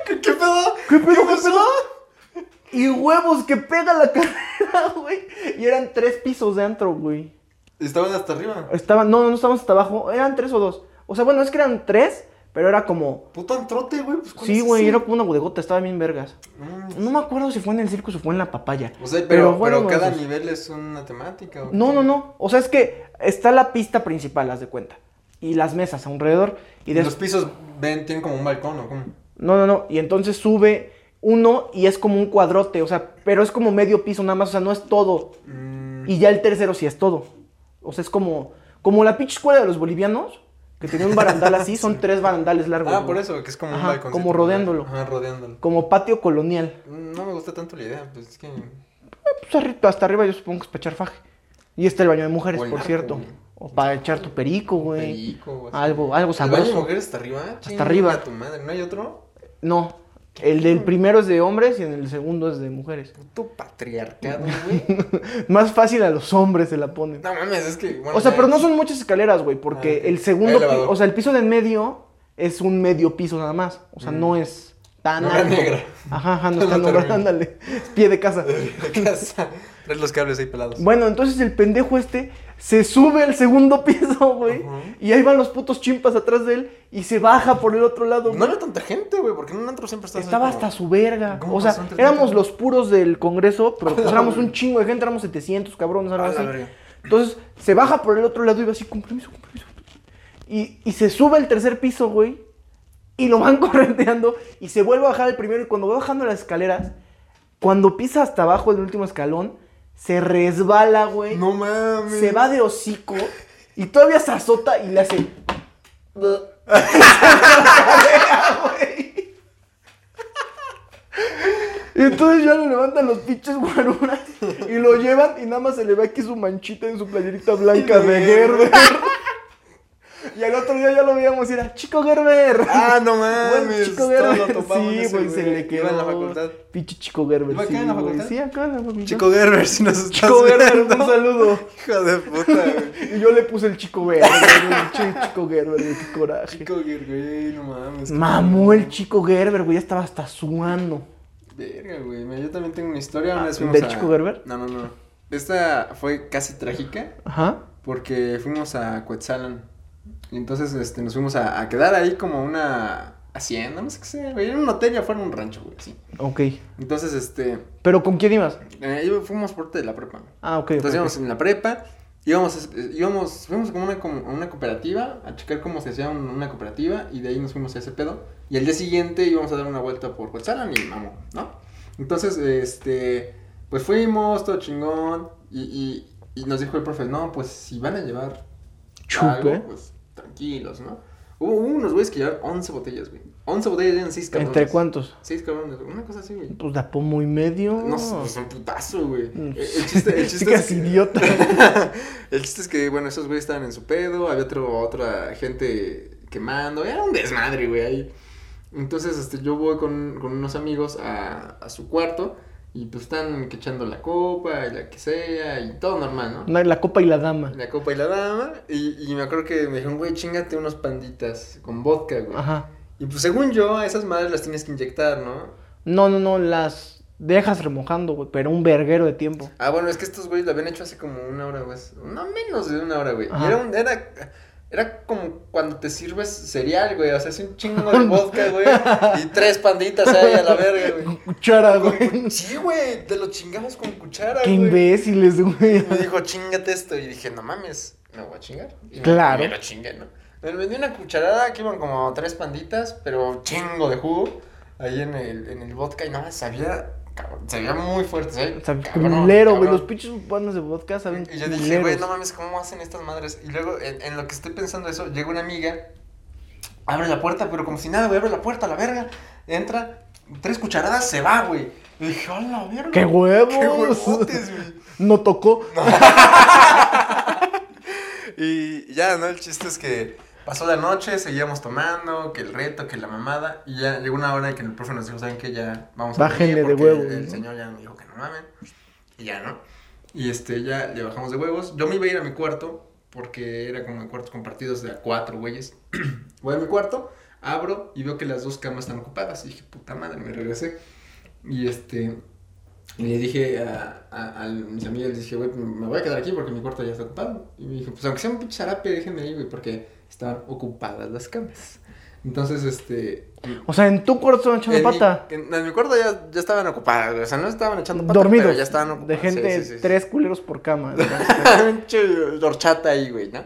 S1: ¿Qué, qué pedo?
S2: ¿Qué pedo, qué
S1: pasó?
S2: pedo? Y huevos que pega la carrera, güey. Y eran tres pisos de antro, güey.
S1: Estaban hasta arriba.
S2: Estaban, no, no estábamos hasta abajo. Eran tres o dos. O sea, bueno, es que eran tres, pero era como.
S1: Puto antrote, güey. Pues, ¿cuál
S2: Sí,
S1: es
S2: güey,
S1: ese?
S2: era como una bodegota, estaba bien vergas.
S1: No mames.
S2: No me acuerdo si fue en el circo o fue en la papaya.
S1: O sea, pero,
S2: fueron
S1: pero cada
S2: esos.
S1: nivel es una temática. ¿o
S2: pues, No,
S1: qué?
S2: no, no. O sea, es que está la pista principal, haz de cuenta. Y las mesas alrededor. Y
S1: Los
S2: después.
S1: pisos ven, tienen como un balcón o cómo.
S2: No, no, no. Y entonces sube uno y es como un cuadrote. O sea, pero es como medio piso nada más. O sea, no es todo.
S1: Mm,
S2: Y ya el tercero sí es todo. O sea, es como, como la pinche escuela de los bolivianos, que tenía un barandal así, son tres barandales largos.
S1: Ah,
S2: güey.
S1: por eso, que es como un
S2: Ajá,
S1: balcón.
S2: como rodeándolo.
S1: Ajá, rodeándolo.
S2: Como patio colonial.
S1: No me gusta tanto la idea, pues es que.
S2: Pues arri- hasta arriba yo supongo que es para echar faje. Y está el baño de mujeres,
S1: O el
S2: por
S1: narco,
S2: cierto.
S1: güey.
S2: O para echar tu perico, güey.
S1: Perico, o así.
S2: Algo, algo
S1: ¿El baño de
S2: sabroso.
S1: mujeres hasta arriba? ah, Chinga
S2: arriba.
S1: tu madre, ¿no hay otro?
S2: No, el del primero es de hombres y en el segundo es de mujeres.
S1: Puto patriarcado, güey.
S2: Más fácil a los hombres se la ponen.
S1: no mames, es que. bueno,
S2: O sea,
S1: ya-
S2: pero no son muchas escaleras, güey, porque
S1: Ah, ok.
S2: el segundo,
S1: Hay
S2: pi-
S1: elevador.
S2: o sea, el piso de en medio es un medio piso nada más. O sea, no es tan
S1: Mm. No era
S2: alto.
S1: negra.
S2: Ajá, ajá, no
S1: No
S2: está
S1: lo
S2: negra,
S1: termino.
S2: ándale. Es pie de casa.
S1: De casa. Traes los cables ahí pelados.
S2: Bueno, entonces el pendejo este se sube al segundo piso, güey,
S1: Ajá.
S2: y ahí van los putos chimpas atrás de él y se baja por el otro
S1: No
S2: lado. güey.
S1: había tanta gente, güey, porque en un antro siempre estás. ahí
S2: Estaba
S1: como-
S2: hasta su verga.
S1: ¿Cómo
S2: O sea,
S1: pasó entre
S2: éramos
S1: tanto?
S2: los puros del Congreso, pero pues
S1: la
S2: éramos
S1: verga.
S2: un chingo de gente, éramos 700 cabrones, algo
S1: A la
S2: así.
S1: verga.
S2: Entonces se baja por el otro lado y va así, con permiso, con permiso. Y, y se sube al tercer piso, güey. Y lo van correteando y se vuelve a bajar al primero. Y cuando va bajando las escaleras, cuando pisa hasta abajo el último escalón, se resbala, güey.
S1: No mames.
S2: se va de hocico y todavía se azota y le hace. Y entonces ya lo levantan los pinches guaruras y lo llevan y nada más se le ve aquí su manchita en su playerita blanca de Gerber. Y al otro día ya lo veíamos y era, chico Gerber.
S1: Ah, no mames.
S2: Bueno, chico
S1: todos lo
S2: Gerber.
S1: topamos
S2: Sí,
S1: ese,
S2: güey, se le quedó.
S1: Iba en la facultad.
S2: Pinche chico Gerber.
S1: ¿Iba acá
S2: sí,
S1: en la
S2: güey.
S1: facultad?
S2: Sí, acá en la facultad.
S1: Chico Gerber, si nos estás
S2: Chico Gerber,
S1: viendo.
S2: un saludo.
S1: Hijo de puta, güey.
S2: Y yo le puse el chico Gerber, güey, el chi- chico Gerber, güey, qué coraje.
S1: Chico Gerber, no mames.
S2: Mamó el chico Gerber, güey, ya estaba hasta suando.
S1: Verga, güey. mira, Yo también tengo una historia.
S2: Ah,
S1: Una vez fuimos
S2: ¿del
S1: a-
S2: Chico Gerber?
S1: No, no, no. Esta fue casi trágica
S2: Ajá.
S1: porque fuimos a Coetzalan. Y entonces este, nos fuimos a, a quedar ahí como una hacienda, no sé qué sea, güey. Era un hotel y afuera un rancho, güey, así.
S2: Ok.
S1: Entonces, este.
S2: ¿Pero con quién ibas?
S1: eh, iba- fuimos por parte de la prepa. güey.
S2: Ah, ok. ok,
S1: Entonces íbamos
S2: ok.
S1: en la prepa, íbamos, eh, íbamos, fuimos como una, como a una cooperativa a checar cómo se hacía un- una cooperativa y de ahí nos fuimos a ese pedo. Y al día siguiente íbamos a dar una vuelta por Huetzalan y mamó, ¿no? Entonces, este, pues fuimos, todo chingón y, y- y nos dijo el profe, no, pues si van a llevar
S2: Chupe.
S1: algo, pues tranquilos, ¿no? Hubo unos güeyes que llevaron 11 botellas, güey. 11 botellas eran 6 cabrones.
S2: ¿Entre cuántos?
S1: 6 cabrones, una cosa así, güey.
S2: Pues da pomo y medio.
S1: No, sé, pues un putazo, güey.
S2: Mm.
S1: El el chiste, el
S2: Sí,
S1: chiste
S2: casi idiota.
S1: el chiste es que, bueno, esos güeyes estaban en su pedo, había otro, otra gente quemando, era un desmadre, güey, ahí. Entonces, este, yo voy con, con unos amigos a, a su cuarto Y pues están que echando la copa y la que sea y todo normal, ¿no?
S2: Una- La copa y la dama.
S1: La copa y la dama. Y, y me acuerdo que me dijeron, güey, chingate unos panditas con vodka, güey.
S2: Ajá.
S1: Y pues según yo, a esas madres las tienes que inyectar, ¿no?
S2: No, no, no, las dejas remojando, güey, pero un verguero de tiempo.
S1: Ah, bueno, es que estos güeyes lo habían hecho hace como una hora, güey. No menos de una hora, güey. Y
S2: Ajá.
S1: era un, era, era como cuando te sirves cereal, güey. O sea, es un chingo de vodka, güey. Y tres panditas ahí a la verga, güey.
S2: Cuchara,
S1: Con-
S2: Ah, güey.
S1: Sí, güey, te lo chingamos con cuchara,
S2: Qué
S1: güey.
S2: imbéciles,
S1: Y
S2: güey.
S1: me dijo, chingate esto. Y dije, no mames, me voy a chingar. Y me-
S2: Claro.
S1: Me lo chingué, ¿no? Me vendí una cucharada que iban como tres panditas, pero chingo de jugo. Ahí en el, en el vodka y nada, sabía, cabrón, sabía muy fuerte, ¿sabes?
S2: O sea,
S1: Cabrón,
S2: culero, güey.
S1: cabrón.
S2: Los pinches panes de vodka saben
S1: Y yo dije, güey,
S2: culeros.
S1: no mames, ¿cómo hacen estas madres? Y luego, en, en lo que estoy pensando eso, llega una amiga, abre la puerta, pero como si nada, güey, abre la puerta, a la verga. Entra, tres cucharadas, se va, güey. Y dije, a la verga.
S2: ¡Qué huevos!
S1: ¡Qué huevotes, güey!
S2: No tocó.
S1: Y ya, ¿no? El chiste es que pasó la noche, seguíamos tomando, que el reto, que la mamada. Y ya llegó una hora en que el profe nos dijo, ¿saben qué? Ya vamos a dormir
S2: Bájenle de
S1: porque
S2: huevos,
S1: El
S2: ¿no?
S1: señor ya me dijo que no mamen. Y ya, ¿no? Y este, ya le bajamos de huevos. Yo me iba a ir a mi cuarto, porque era como de cuartos compartidos de a cuatro güeyes. Voy a mi cuarto, abro y veo que las dos camas están ocupadas. Y dije, puta madre, me regresé. Y este, y le dije a, a, a mis amigas, les dije, güey, pues, me voy a quedar aquí porque mi cuarto ya está ocupado. Y me dijo, pues aunque sea un pinche harape, déjenme ahí, güey, porque estaban ocupadas las camas. Entonces, este...
S2: O sea, en tu cuarto estaban echando
S1: en mi-
S2: pata.
S1: en, en mi cuarto ya, ya estaban ocupadas, güey, o sea, no estaban echando pata,
S2: Dormidos.
S1: pero ya estaban ocupadas.
S2: de
S1: sí,
S2: gente,
S1: sí, sí, sí.
S2: tres culeros por cama.
S1: Pinche horchata ahí, güey, ¿no?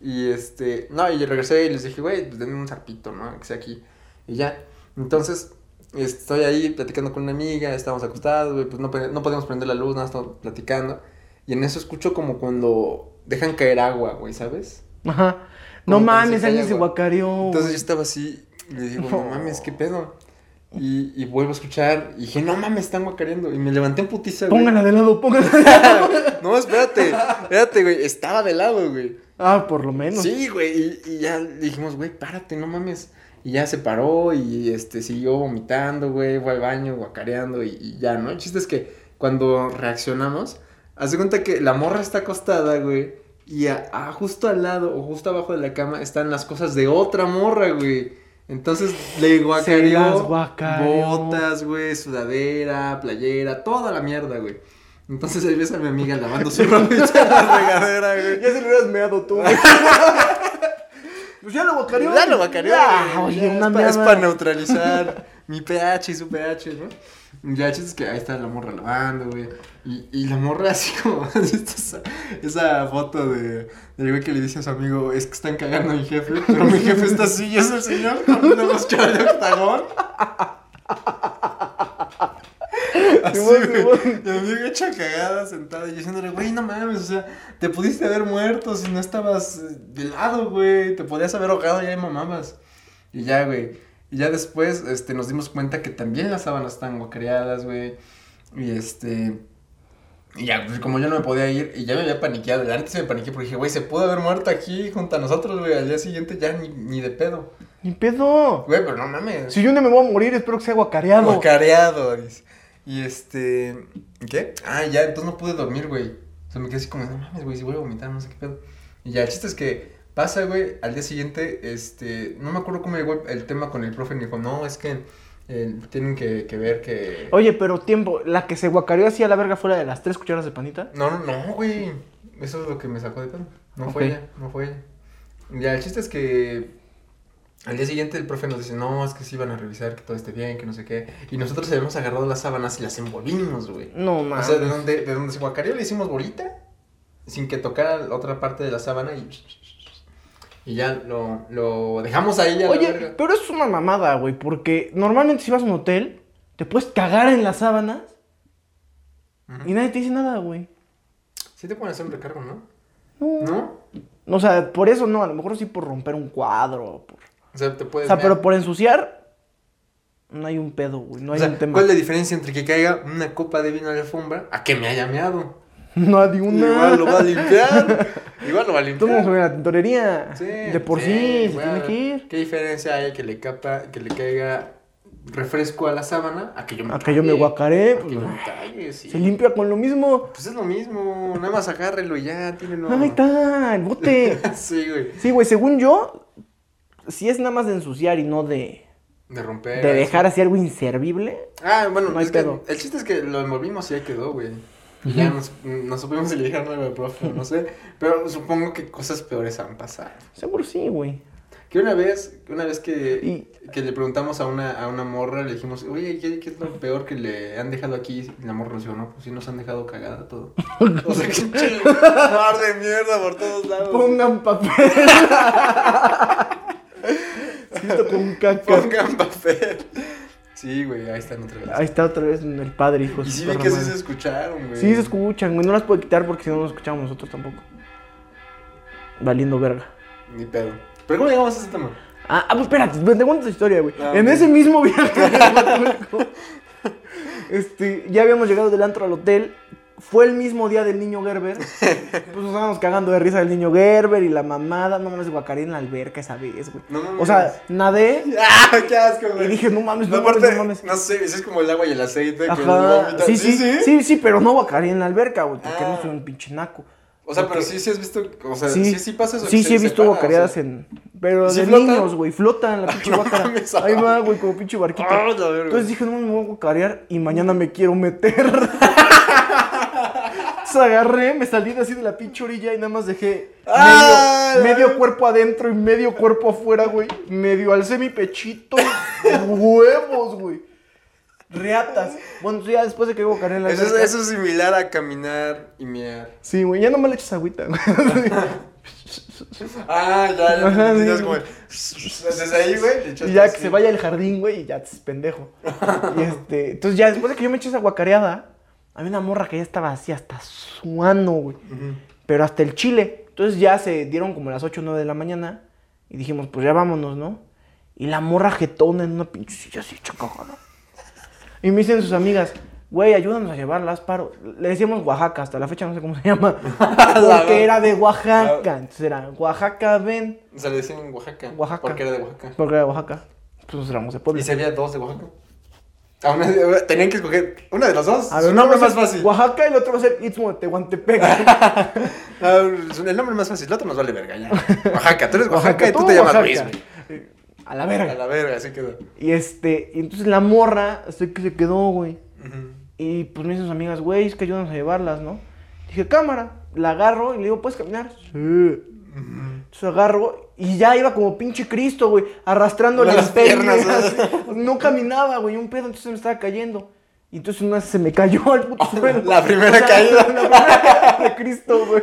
S1: Y este, no, y yo regresé y les dije, güey, pues denme un zarpito, ¿no? Que sea aquí. Y ya. Entonces, estoy ahí platicando con una amiga, estábamos acostados, güey, pues no, pe- no podíamos prender la luz, nada, estábamos platicando. Y en eso escucho como cuando dejan caer agua, güey, ¿sabes?
S2: Ajá. No
S1: Como cuando
S2: mames,
S1: se
S2: alguien
S1: cae
S2: se
S1: agua.
S2: guacareó.
S1: Entonces yo estaba así y le digo, no mames, qué pedo. Y, y vuelvo a escuchar y dije, no mames, están guacareando. Y me levanté en putiza, güey.
S2: Póngala de lado, póngala de lado.
S1: No, espérate, espérate, güey. Estaba de lado, güey.
S2: ah, por lo menos.
S1: Sí, güey, y, y ya dijimos, güey, párate, no mames. Y ya se paró y este siguió vomitando, güey, fue al baño, guacareando y, y ya, ¿no? El chiste es que cuando reaccionamos, haz de cuenta que la morra está acostada, güey, y a- a- justo al lado o justo abajo de la cama están las cosas de otra morra, güey. Entonces le
S2: las
S1: guacareó
S2: guacareó.
S1: botas, güey, sudadera, playera, toda la mierda, güey. Entonces ahí ves a mi amiga lavando su ropa y echa en la regadera, güey.
S2: Ya se lo hubieras meado tú. pues ya lo guacareó.
S1: Ya lo guacareó,
S2: Ah,
S1: güey,
S2: oye,
S1: ya,
S2: una
S1: es, pa- es
S2: meada.
S1: para neutralizar mi pH y su pH, ¿no? Ya, el chiste es que ahí está la morra lavando, güey. Y, y la morra así como... ¿has visto esa, esa foto de, del güey que le dice a su amigo, es que están cagando a mi jefe, pero mi jefe está así y es el señor con una máscara de octagón. Así,
S2: Simón,
S1: güey.
S2: Simón.
S1: Mi amigo hecha cagada sentada y yo diciéndole, güey, no mames, o sea, te pudiste haber muerto si no estabas eh, de lado, güey. Te podías haber ahogado y ahí mamabas. Y ya, güey. Y ya después, este, nos dimos cuenta que también las sábanas estaban guacareadas, güey. Y este. Y ya, pues como yo no me podía ir, y ya me había paniqueado. La neta sí me paniqué porque dije, güey, se pudo haber muerto aquí junto a nosotros, güey. Al día siguiente ya ni, ni de pedo.
S2: Ni pedo.
S1: Güey, pero no mames.
S2: Si yo no me voy a morir, espero que sea guacareado.
S1: Guacareado, dice. Y este. ¿Qué? Ah, ya, entonces no pude dormir, güey. O sea, me quedé así como, no mames, güey, si voy a vomitar, no sé qué pedo. Y ya, el chiste es que pasa, güey, al día siguiente, este. No me acuerdo cómo llegó el tema con el profe, me dijo, no, es que eh, tienen que, que ver que.
S2: Oye, pero tiempo, la que se guacareó así a la verga fuera de las tres cucharas de panita.
S1: No, no, no, güey. Eso es lo que me sacó de pedo. No fue
S2: Ok.
S1: ella, no fue ella. Ya, el chiste es que al día siguiente el profe nos dice, no, es que sí van a revisar que todo esté bien, que no sé qué. Y nosotros habíamos agarrado las sábanas y las envolvimos, güey.
S2: No
S1: O
S2: mames.
S1: sea, de donde, de donde se guacareó le hicimos bolita sin que tocara la otra parte de la sábana y... Y ya lo, lo dejamos ahí a la
S2: Oye,
S1: verga.
S2: pero eso es una mamada, güey, porque normalmente si vas a un hotel, te puedes cagar en las sábanas
S1: Ujú.
S2: y nadie te dice nada, güey.
S1: Sí te pueden hacer un recargo, ¿no?
S2: No.
S1: ¿No?
S2: O sea, por eso no, a lo mejor sí por romper un cuadro. por-
S1: O sea, te
S2: O
S1: puedes...
S2: sea,
S1: mear.
S2: pero por ensuciar, no hay un pedo, güey, no hay
S1: O sea,
S2: un tema.
S1: ¿Cuál es la diferencia entre que caiga una copa de vino a la alfombra a que me haya meado?
S2: No hay una.
S1: Igual lo va a limpiar. Igual lo va a limpiar.
S2: Tú vamos a ver la tintorería.
S1: Sí,
S2: de por sí, se
S1: güey.
S2: tiene que ir.
S1: ¿Qué diferencia hay que le, capa, que le caiga refresco a la sábana a que yo me
S2: Acá yo me
S1: cague,
S2: guacaré.
S1: a que
S2: pues,
S1: yo
S2: no.
S1: me cague, sí.
S2: Se limpia con lo mismo.
S1: Pues es lo mismo, nada más agárrelo y ya, tírenlo.
S2: Ahí está, el bote.
S1: sí, güey.
S2: Sí, güey, según yo, si es nada más de ensuciar y no de,
S1: De romper.
S2: de
S1: así.
S2: dejar así algo inservible.
S1: Ah, bueno,
S2: No hay
S1: es que
S2: pedo.
S1: el chiste es que lo envolvimos y ahí quedó, güey. Y ya nos, nos supimos elegir a nuevo profe, no sé. Pero supongo que cosas peores han pasado.
S2: Seguro sí, güey.
S1: Que una vez, una vez que,
S2: Y-
S1: que le preguntamos a una, a una morra, le dijimos, oye, ¿qué, qué es lo peor que le han dejado aquí? Y la morra nos dijo, no, pues sí nos han dejado cagada todo. o sea, que mar de mierda por todos lados.
S2: Pongan papel. Siento con caca.
S1: Pongan papel. Sí, güey, ahí están otra vez.
S2: Ahí está otra vez el padre, hijo. de
S1: y
S2: su
S1: sí vi
S2: perra
S1: que sí
S2: pues, madre.
S1: se escucharon, güey.
S2: Sí se escuchan, güey. No las puedo quitar porque si no nos escuchamos nosotros tampoco. Valiendo verga.
S1: Ni pedo. Pero ¿cómo llegamos a ese tema?
S2: Ah, ah, pues espérate, te cuento esta historia, güey.
S1: Ah,
S2: en
S1: ok.
S2: ese mismo viaje de Acapulco, este, ya habíamos llegado del antro al hotel. Fue el mismo día del niño Gerber. Pues nos estábamos cagando de risa del niño Gerber y la mamada. No mames, guacaré en la alberca esa vez, güey.
S1: No mames.
S2: O sea, nadé
S1: ¡Ah, qué asco,
S2: y
S1: güey!
S2: dije, no mames,
S1: no,
S2: no,
S1: aparte,
S2: mames, no mames.
S1: no sé, eso es como el agua y el aceite. Que uno
S2: Ajá.
S1: vomita.
S2: Sí, sí, sí, sí, pero no guacaré en la alberca, güey, porque
S1: Ah.
S2: no soy un pinche naco.
S1: O sea, pero
S2: Porque-
S1: sí, sí has visto, o sea, sí, sí, pasa eso. que
S2: Sí,
S1: se
S2: sí he visto
S1: separa, o
S2: guacareadas
S1: sea.
S2: en. Pero
S1: ¿Sí
S2: de
S1: flota?
S2: niños, güey. Flotan la pinche
S1: no
S2: guacara.
S1: mames,
S2: Ahí
S1: ah.
S2: va, güey, como pinche barquito.
S1: Ah, la verga.
S2: Entonces dije, no me voy a guacarear y mañana me quiero meter. Entonces agarré, me salí de así de la pinche orilla y nada más dejé medio,
S1: Ah, la
S2: medio
S1: verga.
S2: cuerpo adentro y medio cuerpo afuera, güey. Medio alcé mi pechito. huevos, güey. Reatas. Bueno, ya después de que guacareé en la
S1: Eso es,
S2: alberca-
S1: eso es similar a caminar y mear.
S2: Sí, güey, ya no me le eches agüita, güey.
S1: Ah, ya, ya.
S2: Ajá,
S1: entendías
S2: sí.
S1: como. Desde ahí, güey. le echaste
S2: Y ya que
S1: así.
S2: se vaya al jardín, güey, y ya es pendejo. Y este, entonces ya después de que yo me eché esa guacareada, había una morra que ya estaba así hasta su ano, güey.
S1: Ujú.
S2: Pero hasta el chile. Entonces ya se dieron como las 8 o 9 de la mañana y dijimos, pues ya vámonos, ¿no? Y la morra jetona en una pinche silla así, chacajada. Y me dicen sus amigas, güey, ayúdanos a llevarla, haz paro. Le decíamos Oaxaca, hasta la fecha no sé cómo se llama. Porque era de
S1: Ah.
S2: Oaxaca. Entonces era, Oaxaca, ven.
S1: O sea, le decían en Oaxaca.
S2: Oaxaca.
S1: Porque era de Oaxaca.
S2: Porque era de Oaxaca. Pues nos éramos de Puebla.
S1: Y se había dos de Oaxaca. A una de- tenían que escoger una de las dos.
S2: A ver,
S1: Su
S2: uno
S1: nombre
S2: va a
S1: más
S2: ser
S1: fácil.
S2: Oaxaca y el otro va a ser Istmo de Tehuantepec. Oaxaca,
S1: Ah, el nombre más fácil, el otro nos vale verga ya. Oaxaca, tú eres Oaxaca, y tú,
S2: todo
S1: te llamas
S2: Oaxaca.
S1: Luis, güey.
S2: A la
S1: A
S2: verga.
S1: la verga, así quedó.
S2: Y este, y entonces la morra se, que se quedó, güey.
S1: Ujú.
S2: Y pues me dicen sus amigas, güey, es que ayúdanos a llevarlas, ¿no? Dije, cámara. La agarro y le digo, ¿puedes caminar? Sí. Entonces agarro y ya iba como pinche Cristo, güey, arrastrando
S1: Las
S2: las,
S1: piernas,
S2: piernas.
S1: ¿no?
S2: No caminaba, güey, un pedo, entonces me estaba cayendo. Y entonces una se me cayó al puto suelo.
S1: la primera caída.
S2: La primera caída de Cristo, güey.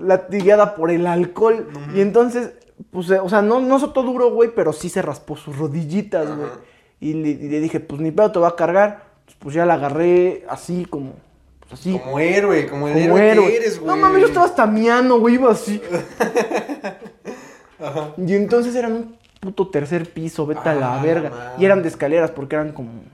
S2: Latigada por el alcohol. y entonces, pues, eh, o sea, no, no soltó duro, güey, pero sí se raspó sus rodillitas,
S1: Ajá.
S2: güey. Y le, y le dije, pues ni pedo te va a cargar. Pues, pues, ya la agarré así, como, pues así. Como,
S1: Como héroe, como el héroe,
S2: héroe.
S1: que eres, güey.
S2: No mames, yo estaba hasta miano, güey, iba así.
S1: Ajá.
S2: Y entonces eran un puto tercer piso, vete a
S1: Ah,
S2: la verga.
S1: madre.
S2: Y eran de escaleras porque eran como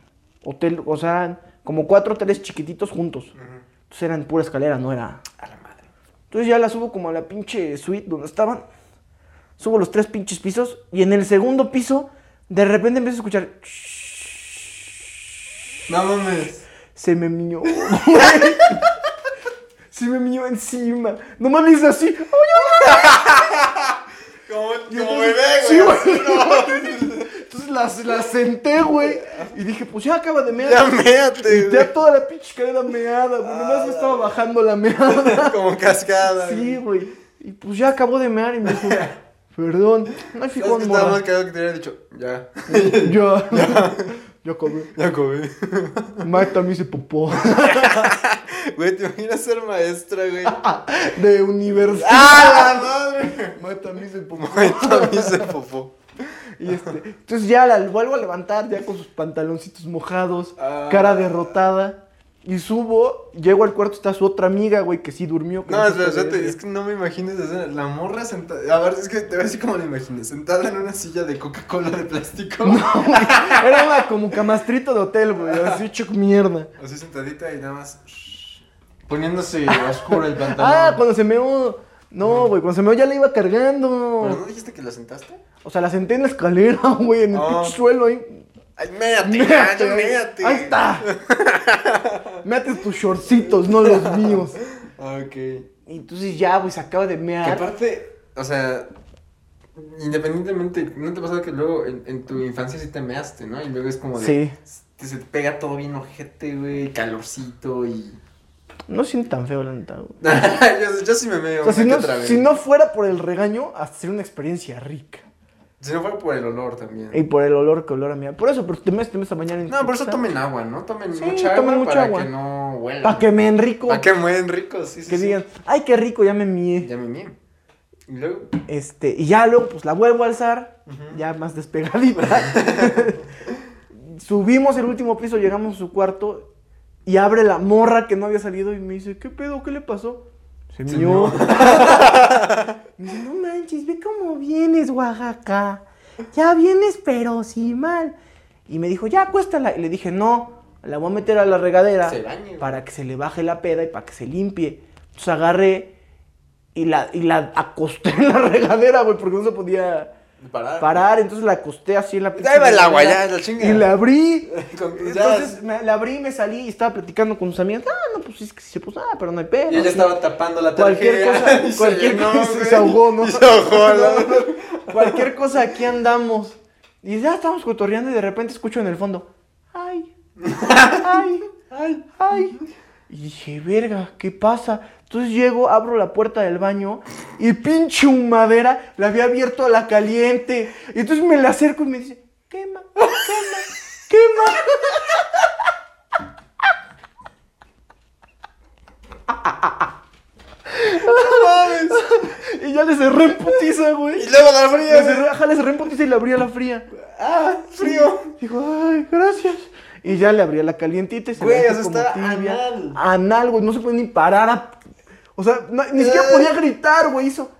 S2: hotel, o sea, como cuatro hoteles chiquititos juntos. Entonces eran pura escalera, no era.
S1: A la madre.
S2: Entonces ya la subo como a la pinche suite donde estaban. Subo los tres pinches pisos y en el segundo piso de repente empiezo a escuchar.
S1: No mames.
S2: Se me mió. güey. Se me mió encima. Nomás le hice así. ¡Ay,
S1: Como, como
S2: entonces- sí,
S1: bebé, güey.
S2: güey. Entonces las, las senté, güey. Y dije, pues ya acaba de mear.
S1: Ya méate,
S2: Y
S1: güey.
S2: ya toda la pinche cadera meada, güey. Nomás me estaba bajando la meada.
S1: Como cascada.
S2: Sí, güey. Y pues ya acabó de mear y me dijo, perdón. No hay
S1: ¿Sabes
S2: fijón,
S1: que estaba más
S2: morra.
S1: cagado que te hubiera dicho? Ya.
S2: Yo, yo comí.
S1: Ya comí.
S2: Mike también se popó.
S1: Güey, te imaginas ser maestra, güey.
S2: De universidad.
S1: ¡Ah, la madre!
S2: Mike también se popó.
S1: Momento, a mí se popó.
S2: Y este, entonces ya la vuelvo a levantar, ya con sus pantaloncitos mojados,
S1: Ah.
S2: cara derrotada. Y subo, llego al cuarto, está su otra amiga, güey, que sí durmió. que
S1: No,
S2: se
S1: espera,
S2: puede
S1: espérate,
S2: ver.
S1: es que no me imagines esa- la morra sentada. A ver, es que te voy a decir cómo la imaginé. Sentada en una silla de Coca-Cola de plástico.
S2: Era una como camastrito de hotel, güey, así choc mierda.
S1: Así sentadita y nada más. Poniéndose oscuro el pantalón.
S2: Ah, cuando se meó. No, güey, cuando se meó ya la iba cargando.
S1: ¿Pero no dijiste que la sentaste?
S2: O sea, la senté en la escalera, güey, en el
S1: Ah.
S2: pinche suelo ahí.
S1: Ay, méate,
S2: Méate,
S1: ay,
S2: güey.
S1: méate.
S2: Ahí está. Méate tus shortcitos, no los míos.
S1: Ok.
S2: Y entonces ya, güey, se acaba de
S1: Que
S2: mear.
S1: aparte, o sea, independientemente, ¿no te pasa que luego en, en tu infancia sí te measte, no? Y luego es como de.
S2: Sí.
S1: te- se te pega todo bien ojete, güey, calorcito y.
S2: No siento tan feo, la neta, güey.
S1: yo, yo sí me meo.
S2: O sea, si
S1: una que
S2: no,
S1: otra vez.
S2: si no fuera por el regaño, hasta sería una experiencia rica.
S1: Si no fuera por el olor también.
S2: Y por el olor que olor a mierda. Por eso, pero te metes, te metes a bañar en
S1: No, por eso
S2: pizza.
S1: tomen agua, ¿no? Tomen
S2: Sí,
S1: mucha
S2: tomen
S1: agua
S2: mucha
S1: para
S2: agua.
S1: que no huelan.
S2: Para que me enrico.
S1: Para que mueren ricos, sí, sí.
S2: que
S1: sí.
S2: digan, ay, qué rico, ya me mié.
S1: Ya me mié. Y luego.
S2: Este, y ya luego, pues la vuelvo a alzar,
S1: Ujú.
S2: ya más despegadita. Subimos el último piso, llegamos a su cuarto y abre la morra que no había salido y me dice, ¿qué pedo? ¿Qué le pasó? Se
S1: Se
S2: mió.
S1: mió.
S2: me dice, no manches, ve cómo vienes, Oaxaca. Ya vienes, pero sí mal. Y me dijo, ya acuéstala. Y le dije, no, la voy a meter a la regadera
S1: Se bañe.
S2: para que se le baje la peda y para que se limpie. Entonces agarré y la, y la acosté en la regadera, güey, porque no se podía
S1: Parar.
S2: parar. Entonces la acosté así en la
S1: Ya iba el agua, ya, la chinga.
S2: Y la abrí.
S1: Con- ya-
S2: Entonces me- la abrí, me salí y estaba platicando con sus amigas. Ah, no, pues es que se puso nada, pero no hay pedo.
S1: Y ella
S2: sí.
S1: estaba tapando la
S2: Cualquier
S1: tarjeta.
S2: cosa,
S1: y se
S2: cualquier
S1: llenó,
S2: cosa, se
S1: güey.
S2: ahogó, ¿no?
S1: Y se ahogó, ¿no?
S2: No, Cualquier cosa, aquí andamos. Y ya estábamos cotorreando y de repente escucho en el fondo, ay, ay, ay, ay. Y dije, verga, ¿qué pasa? Entonces llego, abro la puerta del baño y pinche humadera la había abierto a la caliente. Y entonces me la acerco y me dice, quema, quema, quema. Y ya le cerré en putiza, güey.
S1: Y luego la
S2: Le
S1: fría.
S2: cerré, ajá, le cerré en putiza y le abrí a la fría.
S1: Ah, frío.
S2: Dijo, ay, gracias. Y ya le abría la calientita y se
S1: Güey,
S2: la
S1: o sea,
S2: hice como
S1: estaba
S2: tibia.
S1: anal.
S2: Anal, güey, no se podía ni parar a... O sea, no- ni siquiera
S1: Eh.
S2: podía gritar, güey, hizo...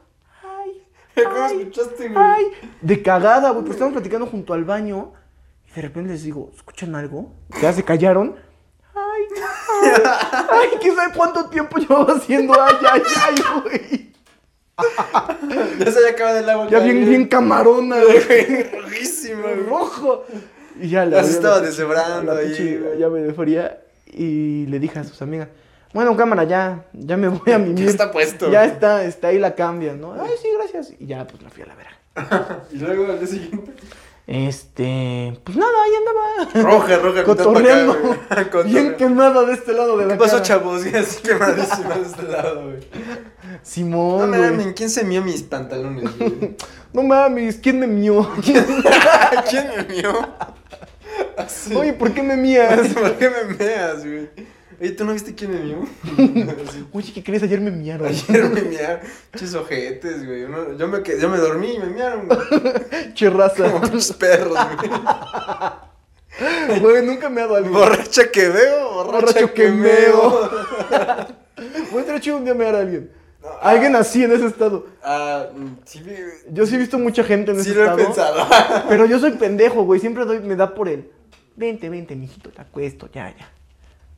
S2: Ay,
S1: ¿Cómo
S2: ay,
S1: escuchaste, güey?
S2: ay. De cagada, güey, porque estábamos platicando junto al baño y de repente les digo, ¿escuchan algo? Ya se callaron. Ay, ay, ay, quién sabe cuánto tiempo llevaba haciendo ay, ay, ay, güey.
S1: Ya se había acabado el agua.
S2: Ya bien, bien camarona, güey.
S1: Rojísima,
S2: Pero
S1: güey.
S2: rojo. Y ya
S1: Ya se
S2: abrí
S1: estaba
S2: la-
S1: deshebrando
S2: la
S1: ahí,
S2: pinche
S1: güey.
S2: llave de fría y le dije a sus amigas, bueno, cámara, ya, ya me voy a mi
S1: Ya está puesto.
S2: Ya está, está ahí la cambia, ¿no? Ay, sí, gracias. Y ya, pues la fui a la verga.
S1: Y luego al día siguiente.
S2: Este, pues nada, ahí andaba.
S1: Roja, roja, con todo para acá,
S2: Cotorreando.
S1: güey.
S2: Bien
S1: Cotorreando.
S2: quemada de este lado de la
S1: ¿Qué pasó,
S2: cara.
S1: chavos? Y así quemadísima de este lado, güey. No
S2: Simón,
S1: me
S2: güey.
S1: mames, ¿quién se mió mis pantalones, güey?
S2: No mames, ¿quién me mió?
S1: ¿Quién me mió? Así.
S2: Oye, ¿por qué me mías?
S1: ¿Por qué me meas, güey? Oye, ¿tú no viste quién me mió? Así.
S2: Oye, ¿qué crees? Ayer me miaron.
S1: Ayer me miaron, chis ojetes, güey. Uno- yo, me, qued- yo me dormí y me miaron, güey.
S2: Che raza.
S1: Como pinches perros, güey.
S2: Güey, nunca me ha dado algo.
S1: Borracha que veo, borracha,
S2: Borracho
S1: que
S2: que
S1: meo.
S2: Voy a estar chido un día me hará alguien. Alguien así en ese estado.
S1: Ah, mm, sí, me-
S2: Yo sí he visto mucha gente en ese
S1: sí lo he pensado.
S2: estado. Pero yo soy pendejo, güey. Siempre doy, me da por él. Vente, vente, mijito, te acuesto, ya, ya.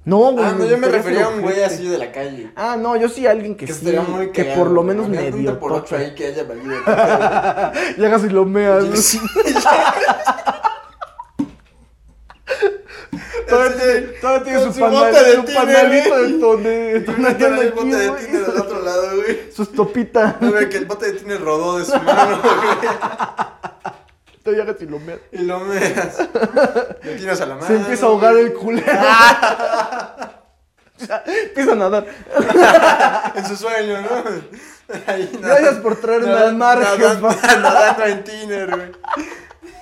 S2: No, güey.
S1: Ah, no, yo me
S2: gustaría
S1: refería a
S2: ser
S1: un güey
S2: ojete.
S1: así de la calle.
S2: Ah, no, yo sí alguien que,
S1: Que
S2: sí.
S1: estaría muy
S2: que
S1: cagado,
S2: por lo
S1: güey.
S2: menos
S1: Había un
S2: medio.
S1: por ocho
S2: tocho.
S1: ahí que haya valido. pito,
S2: Llegas y lo meas.
S1: güey.
S2: ¿no?
S1: Sí,
S2: Todavía
S1: Así de-
S2: tiene- todavía tiene
S1: con
S2: su,
S1: su bote
S2: panal,
S1: de
S2: su
S1: tiner,
S2: panalito
S1: güey.
S2: de tone-
S1: Y una tiene el
S2: tonel
S1: bote de
S2: aquí,
S1: tiner al
S2: güey.
S1: otro lado, güey.
S2: Sus topitas.
S1: No, güey, que el bote de tiner rodó de su mano, güey.
S2: Te llegas y lo meas.
S1: Y lo meas. Le tiras a la mano.
S2: Se empieza a ahogar
S1: güey.
S2: el culero. O sea, empieza a nadar.
S1: En su sueño, ¿no? Ahí,
S2: Gracias por traerme
S1: nadando-
S2: al mar,
S1: Nadando,
S2: jefa.
S1: nadando en Tiner, güey.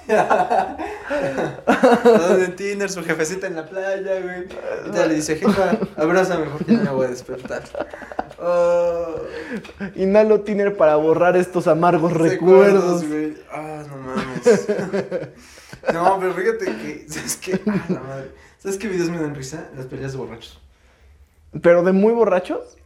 S1: nadando en Tiner, su jefecita en la playa, güey. Y te le dice, jefa, abrázame porque no me voy a despertar. Oh,
S2: Inhalo tiner para borrar estos amargos recuerdos.
S1: güey. Ah, no mames. No, pero fíjate que, ¿sabes qué? Ah, la madre. ¿Sabes qué videos me dan risa? Las peleas de borrachos.
S2: Pero de muy borrachos.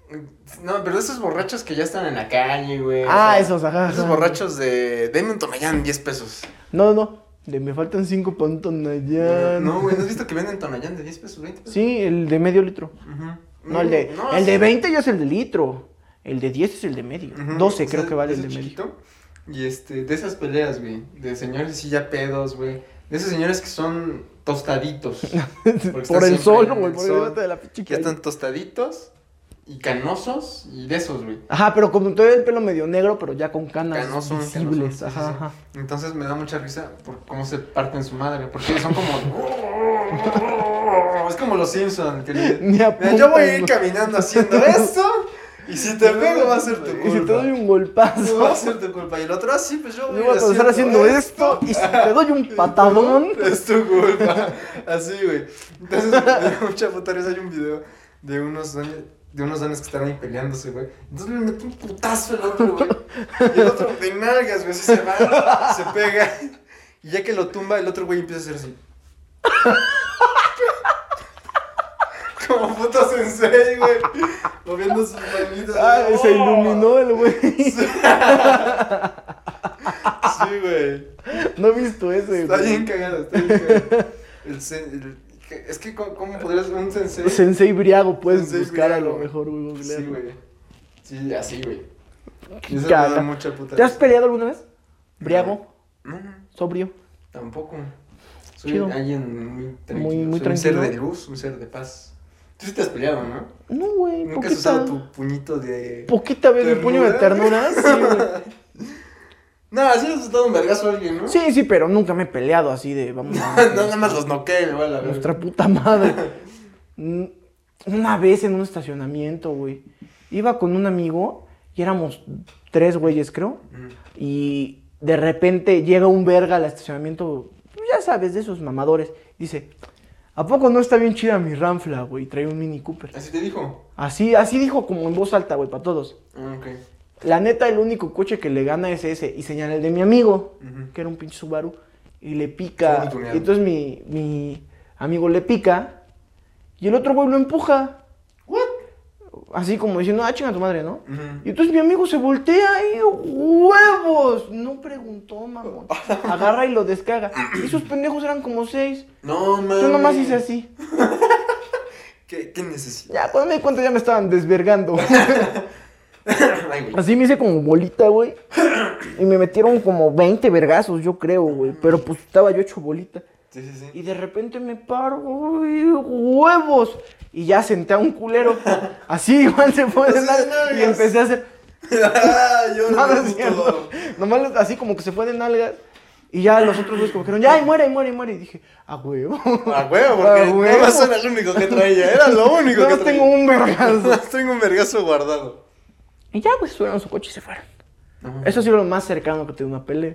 S1: No, pero esos borrachos que ya están en la calle, güey. o
S2: Ah,
S1: sea,
S2: esos, ajá.
S1: Esos
S2: ajá.
S1: borrachos de. Deme un Tonayán, 10 pesos.
S2: No, no. De me faltan cinco pantones allá.
S1: No, güey, ¿no has visto que venden Tonayán de 10 pesos, 20 pesos?
S2: Sí, el de medio litro.
S1: Ujú.
S2: No, el de,
S1: No,
S2: el
S1: sí.
S2: de 20 ya es el de litro. El de 10 es el de medio.
S1: Ujú,
S2: 12
S1: o sea,
S2: creo que vale el
S1: ese
S2: de medio.
S1: chiquito, Y este, de esas peleas, güey. De señores y ya pedos, güey. De esos señores que son tostaditos.
S2: Por,
S1: están
S2: el
S1: siempre
S2: sol,
S1: en
S2: güey.
S1: el
S2: Por el
S1: sol.
S2: debate de la pinche
S1: Que
S2: calle.
S1: están tostaditos y canosos y de esos, güey.
S2: Ajá, pero como todavía el pelo medio negro, pero ya con canas
S1: Canoso, canoso,
S2: visibles.
S1: sí,
S2: ajá,
S1: sí, sí.
S2: ajá.
S1: Entonces me da mucha risa por cómo se parten su madre. Porque son como. es como los Simpsons. Que le-
S2: Ni
S1: Mira,
S2: apuntan,
S1: yo voy a ir
S2: güey.
S1: caminando haciendo esto. Y si te pego, va a ser tu
S2: Y si te
S1: culpa.
S2: doy un
S1: Va a
S2: golpazo,
S1: ser tu culpa. Y el otro, así, pues yo voy,
S2: yo voy a estar haciendo esto. Y si te doy un patadón.
S1: Es tu culpa. Así, güey. Entonces, me da mucha puta risa. Hay un video de unos dones, de unos dones que están ahí peleándose, güey. Entonces le metí un putazo al otro, güey. Y el otro de nalgas, güey. Así se va, se pega. Y ya que lo tumba, el otro güey empieza a hacer así. Como puto sensei, güey. Moviendo sus manitas.
S2: Ay, Ah, se
S1: ¡Oh!
S2: iluminó el güey.
S1: Sí, Sí, güey.
S2: No he visto ese,
S1: Está bien
S2: güey.
S1: cagado, está bien cagado. El sen- el- es que, ¿cómo, cómo podrías un sensei?
S2: Sensei Briago, puedes
S1: Sensei
S2: buscar a
S1: Briago.
S2: lo mejor, güey. googlear.
S1: Sí, güey. Sí, así, güey. Y Eso me
S2: Caga.
S1: da mucha puta.
S2: ¿Te has
S1: risa.
S2: peleado alguna vez? Briago,
S1: No, no,
S2: sobrio.
S1: tampoco. Soy
S2: Chido.
S1: alguien muy tranquilo.
S2: Muy- muy
S1: Soy un ser de
S2: tranquilo.
S1: luz, un ser de paz. Tú sí te has peleado, ¿no?
S2: No, güey,
S1: Nunca has
S2: poquita.
S1: usado tu puñito de.
S2: Poquita vez mi puño de ternura. Sí, güey.
S1: No, sí has usado un vergazo a alguien, ¿no?
S2: Sí, sí, pero nunca me he peleado así de vamos
S1: no,
S2: a
S1: nada más los noqueé, me voy a la verga.
S2: nuestra puta madre. Mm, Una vez en un estacionamiento, güey. Iba con un amigo y éramos tres güeyes, creo.
S1: Mm.
S2: Y de repente llega un verga al estacionamiento, ya sabes, de esos mamadores. Dice, ¿a poco no está bien chida mi ranfla, güey? Trae un Mini Cooper.
S1: Así te dijo.
S2: Así, así dijo como en voz alta, güey, para todos.
S1: Ah, ok.
S2: La neta, el único coche que le gana es ese. Y señala el de mi amigo,
S1: Ujú.
S2: que era un pinche Subaru. Y le
S1: Está
S2: pica.
S1: muy tuneado.
S2: Y entonces mi, mi amigo le pica. Y el otro güey lo empuja.
S1: ¿What?
S2: Así como diciendo, ah, chinga tu madre, ¿no?
S1: Ujú.
S2: Y entonces mi amigo se voltea y huevos. No preguntó, mamón. Agarra y lo descarga. Y esos pendejos eran como seis.
S1: No, mames.
S2: Yo nomás hice así.
S1: ¿Qué, qué necesidad?
S2: Ya, cuando me di cuenta ya me estaban desvergando.
S1: Ay, güey.
S2: Así me hice como bolita, güey. Y me metieron como 20 vergazos, yo creo, güey. Pero pues estaba yo hecho bolita.
S1: Sí, sí, sí.
S2: Y de repente me paro, güey, huevos. Y ya senté a un culero. Así igual se fue de
S1: Así
S2: nalgas.
S1: de nalgas.
S2: Y empecé a hacer.
S1: Ah, yo
S2: No,
S1: no
S2: no
S1: me
S2: es
S1: gusto.
S2: cierto. Nomás así como que se fue de nalgas. Y ya los otros güeyes como que dijeron, ya, y muere, y muere, y muere. Y dije, a huevo.
S1: A huevo, Ah, porque
S2: A huevo.
S1: no más era el único que traía. Era lo único
S2: Nada
S1: que
S2: más
S1: traía.
S2: tengo un vergazo.
S1: Nomás tengo un vergazo guardado.
S2: Y ya, pues, subieron a su coche y se fueron. Eso ha sido lo más cercano que tuve una pelea.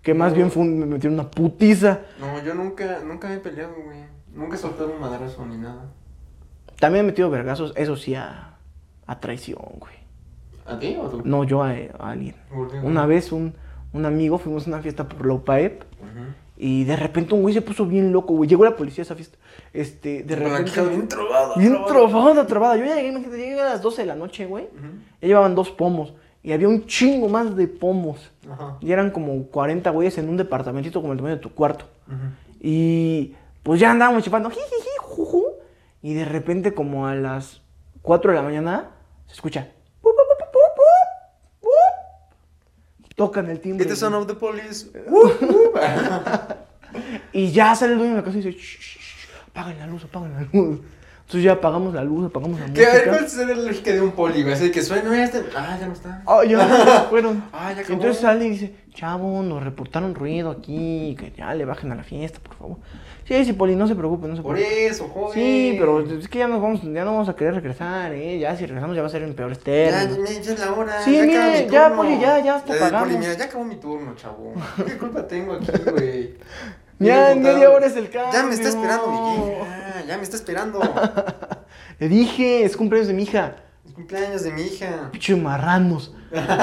S2: Que más bien fue un- me metieron una putiza.
S1: No, yo nunca, nunca me he peleado, güey. Nunca he soltado un madrazo ni nada.
S2: También he metido vergazos, eso sí, a, a traición, güey.
S1: ¿A ti o tú?
S2: No, yo a, a alguien.
S1: ¿Por qué, güey?
S2: Una vez un, un amigo, fuimos a una fiesta por la UPAEP.
S1: Ujú.
S2: Y de repente un güey se puso bien loco, güey. Llegó la policía a esa fiesta. Este, de
S1: Con la
S2: repente.
S1: quija bien trobada.
S2: Bien trabada, trabada. Yo ya llegué, imagínate, llegué a las 12 de la noche, güey.
S1: Ujú.
S2: Ya llevaban dos pomos. Y había un chingo más de pomos.
S1: Ajá.
S2: Y eran como 40 güeyes en un departamentito como el tamaño de tu cuarto.
S1: Ujú.
S2: Y pues ya andábamos chupando. jijiji, juju. Y de repente, como a las 4 de la mañana, se escucha. pu, pu, pu, pu, pu, pu, pu. Tocan el timbre.
S1: It's the
S2: güey.
S1: son of the police. Woo, woo.
S2: Y ya sale el dueño de la casa y dice, "Shh, shh, shh, apaguen la luz, apaguen la luz. Entonces ya apagamos la luz, apagamos la
S1: Que a ver
S2: música.
S1: cuál será el que de un poli, güey. Así que suena este. Ah, ya no está.
S2: Ah, ya se fueron.
S1: Ah, ya acabó.
S2: Entonces sale y dice, chavo, nos reportaron ruido aquí, que ya le bajen a la fiesta, por favor. Sí, dice Poli, no se preocupe, no se
S1: Por
S2: preocupe.
S1: eso, joven.
S2: Sí, pero es que ya nos vamos, ya no vamos a querer regresar, eh. Ya si regresamos ya va a ser en peores
S1: Ya,
S2: términos.
S1: ya, ya es la hora.
S2: Sí,
S1: acaba
S2: mire,
S1: mi
S2: ya,
S1: turno.
S2: Poli, ya, ya, hasta
S1: Eh, Poli,
S2: pagamos.
S1: mira, ya acabó mi turno, chavo. ¿Qué culpa tengo aquí, güey?
S2: Ya, en
S1: Bien
S2: media
S1: emputado.
S2: hora es el cambio.
S1: Ya me está esperando mi hija. Ya me está esperando.
S2: Le dije, es cumpleaños de mi hija.
S1: Es cumpleaños de mi hija.
S2: Picho marranos.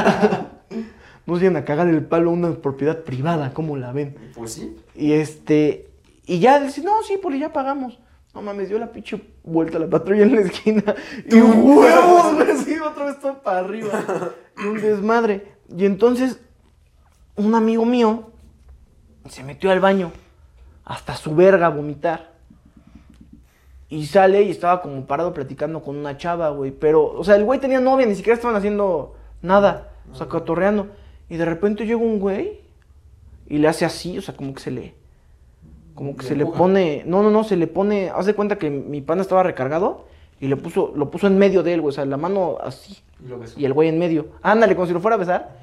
S2: Nos vienen a cagar el palo a una propiedad privada, ¿cómo la ven?
S1: Pues sí.
S2: Y este. Y ya dice, no, sí, porque ya pagamos. No mames, dio la pinche vuelta a la patrulla en la esquina. Y huevos, güey, sí, otra vez todo para arriba. Y un desmadre. Y entonces, un amigo mío se metió al baño hasta su verga a vomitar. Y sale y estaba como parado platicando con una chava, güey. Pero, o sea, el güey tenía novia, ni siquiera estaban haciendo nada. O sea, cotorreando. Y de repente llega un güey y le hace así, o sea, como que se le, Como que
S4: Lo
S2: se le
S4: empuja.
S2: pone. No, no, no, se le pone. Haz de cuenta que mi pana estaba recargado y le puso, lo puso en medio de él, güey. O sea, la mano así
S4: Y lo besó.
S2: y el güey en medio. Ándale, como si lo fuera a besar.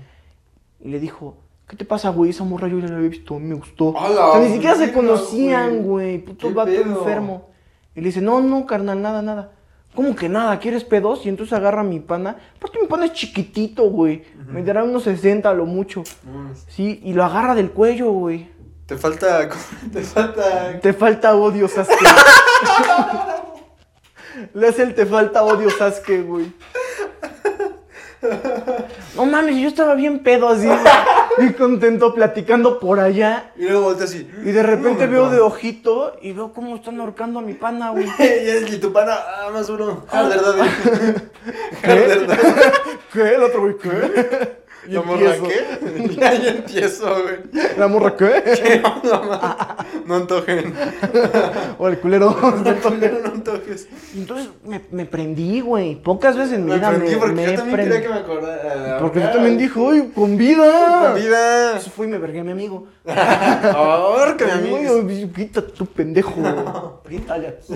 S2: Y le dijo, ¿qué te pasa, güey? Esa morra yo ya la había visto, me gustó.
S4: A la
S2: o sea, ni siquiera se
S4: verga,
S2: conocían,
S4: güey.
S2: güey. Puto
S4: ¿Qué
S2: vato
S4: pedo?
S2: enfermo. Y le dice, no, no, carnal, nada, nada. ¿Cómo que nada? ¿Quieres pedos? Y entonces agarra a mi pana. Aparte mi pana es chiquitito, güey. Me dará unos 60 a lo mucho.
S4: No mames.
S2: Sí, y lo agarra del cuello, güey.
S1: Te falta. Te falta.
S2: Te falta odio, Sasuke. Le hace el te falta odio, Sasuke, güey. No mames, yo estaba bien pedo así, bien contento platicando por allá.
S1: Y luego voltea así.
S2: Y de repente
S1: No,
S2: veo
S1: no.
S2: de ojito y veo cómo están ahorcando a mi pana, güey.
S1: Y es y tu pana. Ah, más uno. Harder
S2: ¿Eh?
S1: daddy.
S2: ¿Qué?
S1: Harder daddy.
S2: ¿Qué? El otro güey, ¿qué?
S1: ¿La morra qué? Ya yo empiezo, güey.
S2: ¿La morra qué?
S1: No, no, mames. no antojen.
S2: O el culero.
S1: No antojes.
S2: Entonces me, me prendí, güey. Pocas veces en mi
S1: Me
S2: vida
S1: prendí
S2: me,
S1: porque
S2: me
S1: yo
S2: he
S1: también
S2: prendido.
S1: quería que me acordara.
S2: Porque yo
S1: Ah,
S2: también dije, ¡Uy, con vida!
S1: Con vida.
S2: Entonces fui y me vergué a mi amigo.
S4: Ah,
S1: Ahora que mi amigo.
S2: Uy, uy, quítate tu pendejo. Quítale aquí.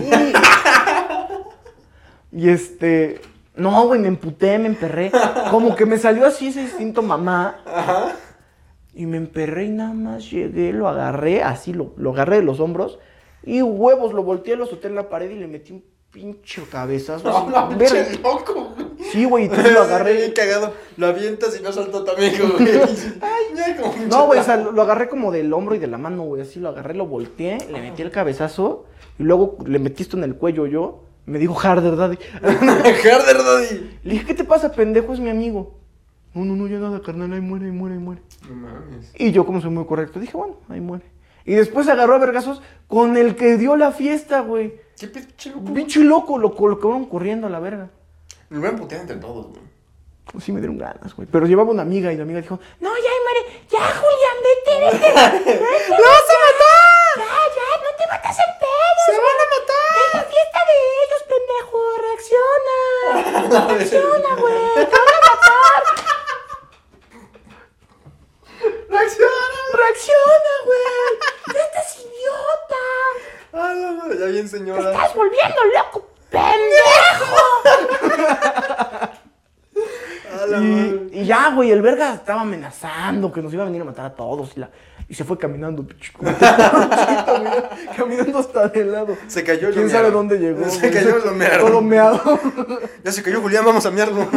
S2: y este. No, güey, me emputé, me emperré. Como que me salió así ese instinto mamá. Y me emperré y nada más llegué, lo agarré, así lo, lo agarré de los hombros. Y huevos, lo volteé, lo azoté en la pared y le metí un pinche cabezazo. así,
S4: No, no,
S2: verga.
S4: pinche loco, güey.
S2: sí, güey, entonces lo agarré.
S1: bien cagado. Lo avientas y no saltó también, güey. Ay, ya como un
S2: No, güey, o sea,
S1: chatarra.
S2: lo lo agarré como del hombro y de la mano, güey. Así lo agarré, lo volteé, le metí el cabezazo y luego le metí esto en el cuello yo. Me dijo harder, daddy.
S1: Harder daddy.
S2: Le dije, ¿qué te pasa, pendejo? Es mi amigo. No, no, no, ya nada, carnal, ahí muere, ahí muere, ahí muere.
S4: No mames.
S2: Y yo, como soy muy correcto, dije, bueno, ahí muere. Y después agarró a vergazos con el que dio la fiesta, güey.
S4: Qué pinche loco.
S2: Pinche loco, lo colocaron corriendo a la verga.
S4: Me hubieran puteado entre todos, güey.
S2: Pues sí me dieron ganas, güey. Pero llevaba una amiga y la amiga dijo, no, ya, Mare, ya, Julián, vete, vete. ¡Lo vas a matar! Ya, ya, no te matas en pedo. ¡Se van a matar! Es la fiesta de ellos, pendejo. Reacciona. Reacciona, güey. Te van a matar.
S1: Reacciona.
S2: Reacciona, güey. Ya estás idiota.
S1: Ah, la madre, ya bien señora.
S2: Estás volviendo loco, pendejo.
S1: Ah, la madre.
S2: Y, y ya, güey, el verga estaba amenazando que nos iba a venir a matar a todos. Y, la- y se fue caminando, pinche como- mira, caminando hasta de lado.
S1: Se cayó el
S2: ¿Quién
S1: lomeado.
S2: sabe dónde llegó?
S1: Se
S2: güey.
S1: cayó el lomeado.
S2: Todo meado.
S1: Ya se cayó Julián, vamos a mearlo.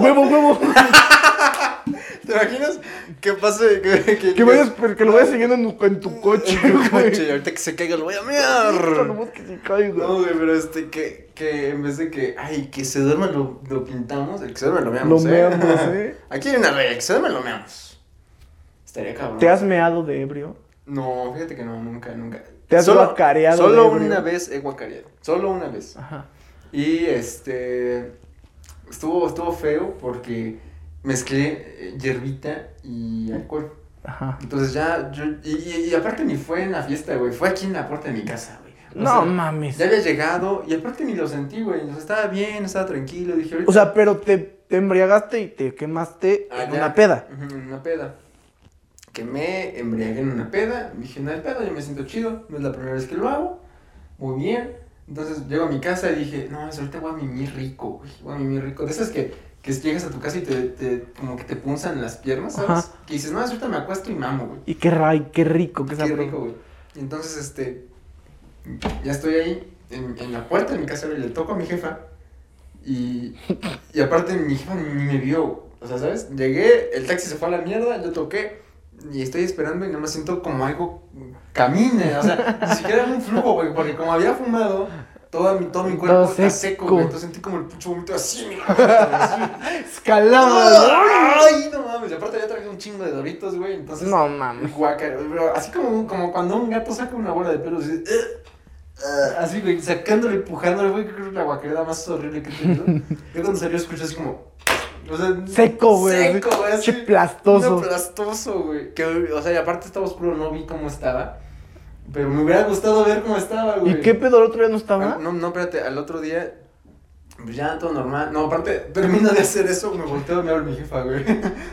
S2: huevo, huevo.
S1: ¿Te imaginas que pase que que,
S2: Que, vayas, que lo vayas siguiendo en, en tu coche,
S1: en tu
S2: güey.
S1: coche, ahorita que se caiga lo voy a
S2: Con lo
S1: mear.
S2: más que se caiga.
S1: No, güey, pero este que que en vez de que ay, que se duerma lo, lo pintamos, el que se duerme lo meamos.
S2: Lo
S1: eh.
S2: meamos, eh.
S1: Aquí hay una regla, el que se duerme lo meamos. Estaría cabrón.
S2: ¿Te has meado de ebrio?
S1: No, fíjate que no, nunca, nunca.
S2: ¿Te has guacareado
S1: Solo
S2: de ebrio? Ah.
S1: una vez he guacareado. Solo una vez.
S2: Ajá.
S1: Y este. Estuvo, estuvo feo porque mezclé eh, hierbita y alcohol.
S2: Ajá.
S1: Entonces ya. Yo, y, y- y aparte ni fue en la fiesta, güey. Fue aquí en la puerta de mi casa, güey. O
S2: No
S1: sea,
S2: mames.
S1: Ya había llegado y aparte ni lo sentí, güey. O sea, estaba bien, estaba tranquilo. Dije, ahorita.
S2: O sea, pero te, te embriagaste y te quemaste
S1: Ah,
S2: en
S1: ya.
S2: una peda.
S1: Ujú, en una peda. Que me embriagué en una peda. Dije, no hay pedo, yo me siento chido. No es la primera vez que lo hago. Muy bien. Entonces llego a mi casa y dije, no, es ahorita voy a mimir rico, güey. Voy a mimir rico. De esas que, que llegas a tu casa y te, te- como que te punzan las piernas, ¿sabes?
S2: Ajá.
S1: Que dices, no, es ahorita me acuesto y mamo, güey.
S2: Y qué, ray, qué rico, qué
S1: Qué
S2: sabroso.
S1: rico, güey. Y entonces, este, ya estoy ahí en, en la puerta de mi casa, güey, le toco a mi jefa. Y, y aparte mi jefa ni me vio. O sea, ¿sabes? Llegué, el taxi se fue a la mierda, yo toqué. Y estoy esperando y nada más siento como algo camine. O sea, ni siquiera era un flujo, güey. Porque como había fumado, todo mi, todo mi cuerpo
S2: Todo
S1: está seco,
S2: seco.
S1: güey. Entonces sentí como el pinche vómito así, mi así.
S2: Escalaba.
S1: ¡Ay, no mames! Y aparte ya traje un chingo de doritos, güey. Entonces.
S2: No mames.
S1: Guácara, pero así como, como cuando un gato saca una bola de pelo, así, "Ugh, ugh", "Eh, así, güey, sacándole, empujándole, güey, creo que es la guacareda más horrible que he tenido. Yo cuando salió escuché así como... o sea,
S2: Seco, güey.
S1: Seco, güey. así,
S2: Che plastoso.
S1: no, plastoso, güey. Que, o sea, y aparte estaba oscuro, no vi cómo estaba. Pero me hubiera gustado ver cómo estaba, güey.
S2: ¿Y qué pedo el otro día no
S1: Ah,
S2: estaba?
S1: No, no, espérate, al otro día... pues Ya todo normal. No, aparte, termino de hacer eso, me volteo y me abre mi jefa, güey.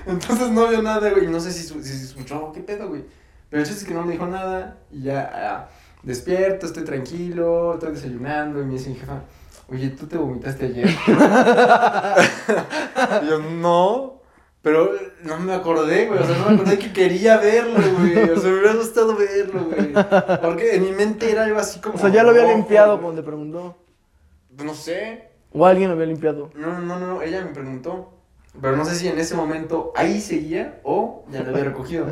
S1: Entonces no veo nada, güey. y No sé si, su- si se escuchó, ¿qué pedo, güey? Pero el chiste es que no me dijo nada y ya ah, despierto, estoy tranquilo, estoy desayunando y me dice mi jefa, oye, ¿tú te vomitaste ayer? Y yo, no. Pero no me acordé, güey. O sea, no me acordé que quería verlo, güey. O sea, me hubiera gustado verlo, güey. Porque en mi mente era algo así como.
S2: O sea, ya lo había
S1: rojo,
S2: limpiado
S1: güey.
S2: cuando te preguntó.
S1: No sé.
S2: O alguien lo había limpiado.
S1: No, no, no. Ella me preguntó. Pero no sé si en ese momento ahí seguía o ya lo había recogido.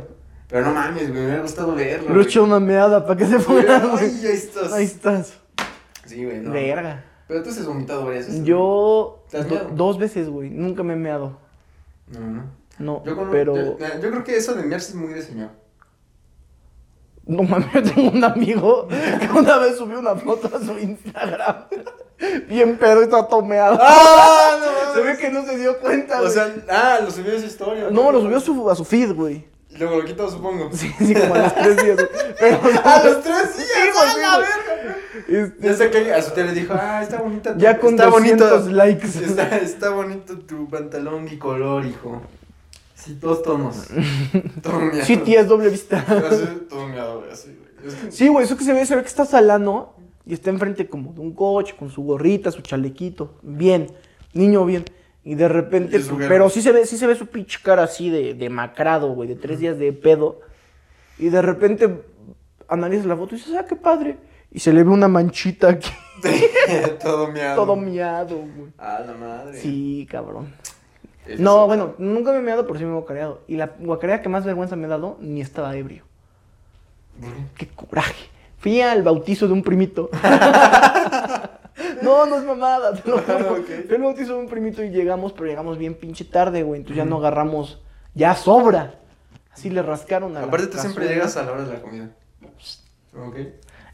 S1: Pero no mames, güey. Me hubiera gustado verlo. güey.
S2: Lucho una meada, ¿para qué se fue?
S1: Hubiera-
S2: güey?
S1: Ay, ahí estás.
S2: Ahí estás.
S1: Sí, güey, no.
S2: Verga.
S1: Pero tú has vomitado varias veces.
S2: Yo
S1: ¿Te has
S2: do-
S1: meado?
S2: dos veces, güey. Nunca me he meado.
S1: No, no.
S2: No,
S1: Yo, con-
S2: pero...
S1: yo, yo creo que eso de mearse es muy de señor.
S2: No mames, yo tengo un amigo que una vez subió una foto a su Instagram. Bien pedo y está tomeado.
S1: ¡Ah! No mames.
S2: Se ve que no se dio cuenta,
S1: O
S2: güey.
S1: sea, ah, lo subió a su historia.
S2: no, lo subió a su, a su feed, güey.
S1: Y Luego lo quitó, supongo.
S2: Sí, sí, como a los tres días. güey. Pero,
S1: A los tres días,
S2: Sí, güey,
S1: a
S2: sí,
S1: la
S2: güey.
S1: verga.
S2: este,
S1: Ya sé que a su tía le dijo, ah, está bonita. tu-
S2: ya con
S1: está
S2: 200 likes.
S1: Está, está bonito tu pantalón bicolor, hijo. Sí, dos tonos. Toneado.
S2: Sí, tía, es doble vista.
S1: Así, toneado, güey, así, güey. Es que-
S2: Sí, güey, eso que se ve, se ve que está salano y está enfrente como de un coche, con su gorrita, su chalequito. Bien, niño bien. Y de repente,
S1: Y su guerra.
S2: pero sí se ve, sí se ve su pinche cara así de, de macrado, güey, de tres días de pedo. Y de repente analizas la foto y dices, ah, qué padre. Y se le ve una manchita aquí,
S1: Todo meado.
S2: todo miado, güey.
S1: A la madre.
S2: Sí, cabrón.
S1: Es que
S2: No,
S1: sí.
S2: bueno, nunca me he meado, pero sí me he guacareado. Y la guacareada que más vergüenza me ha dado, ni estaba ebrio.
S1: ¿Por qué?
S2: ¡Qué coraje! Fui al bautizo de un primito. no, no es mamada, te lo juro.
S1: Ah, ok.
S2: Fui al bautizo de un primito y llegamos, pero llegamos bien pinche tarde, güey. Entonces ya no agarramos, ya sobra. Así le rascaron a la
S1: Aparte, tú siempre
S2: cazuela.
S1: llegas a la hora de la comida. Ok.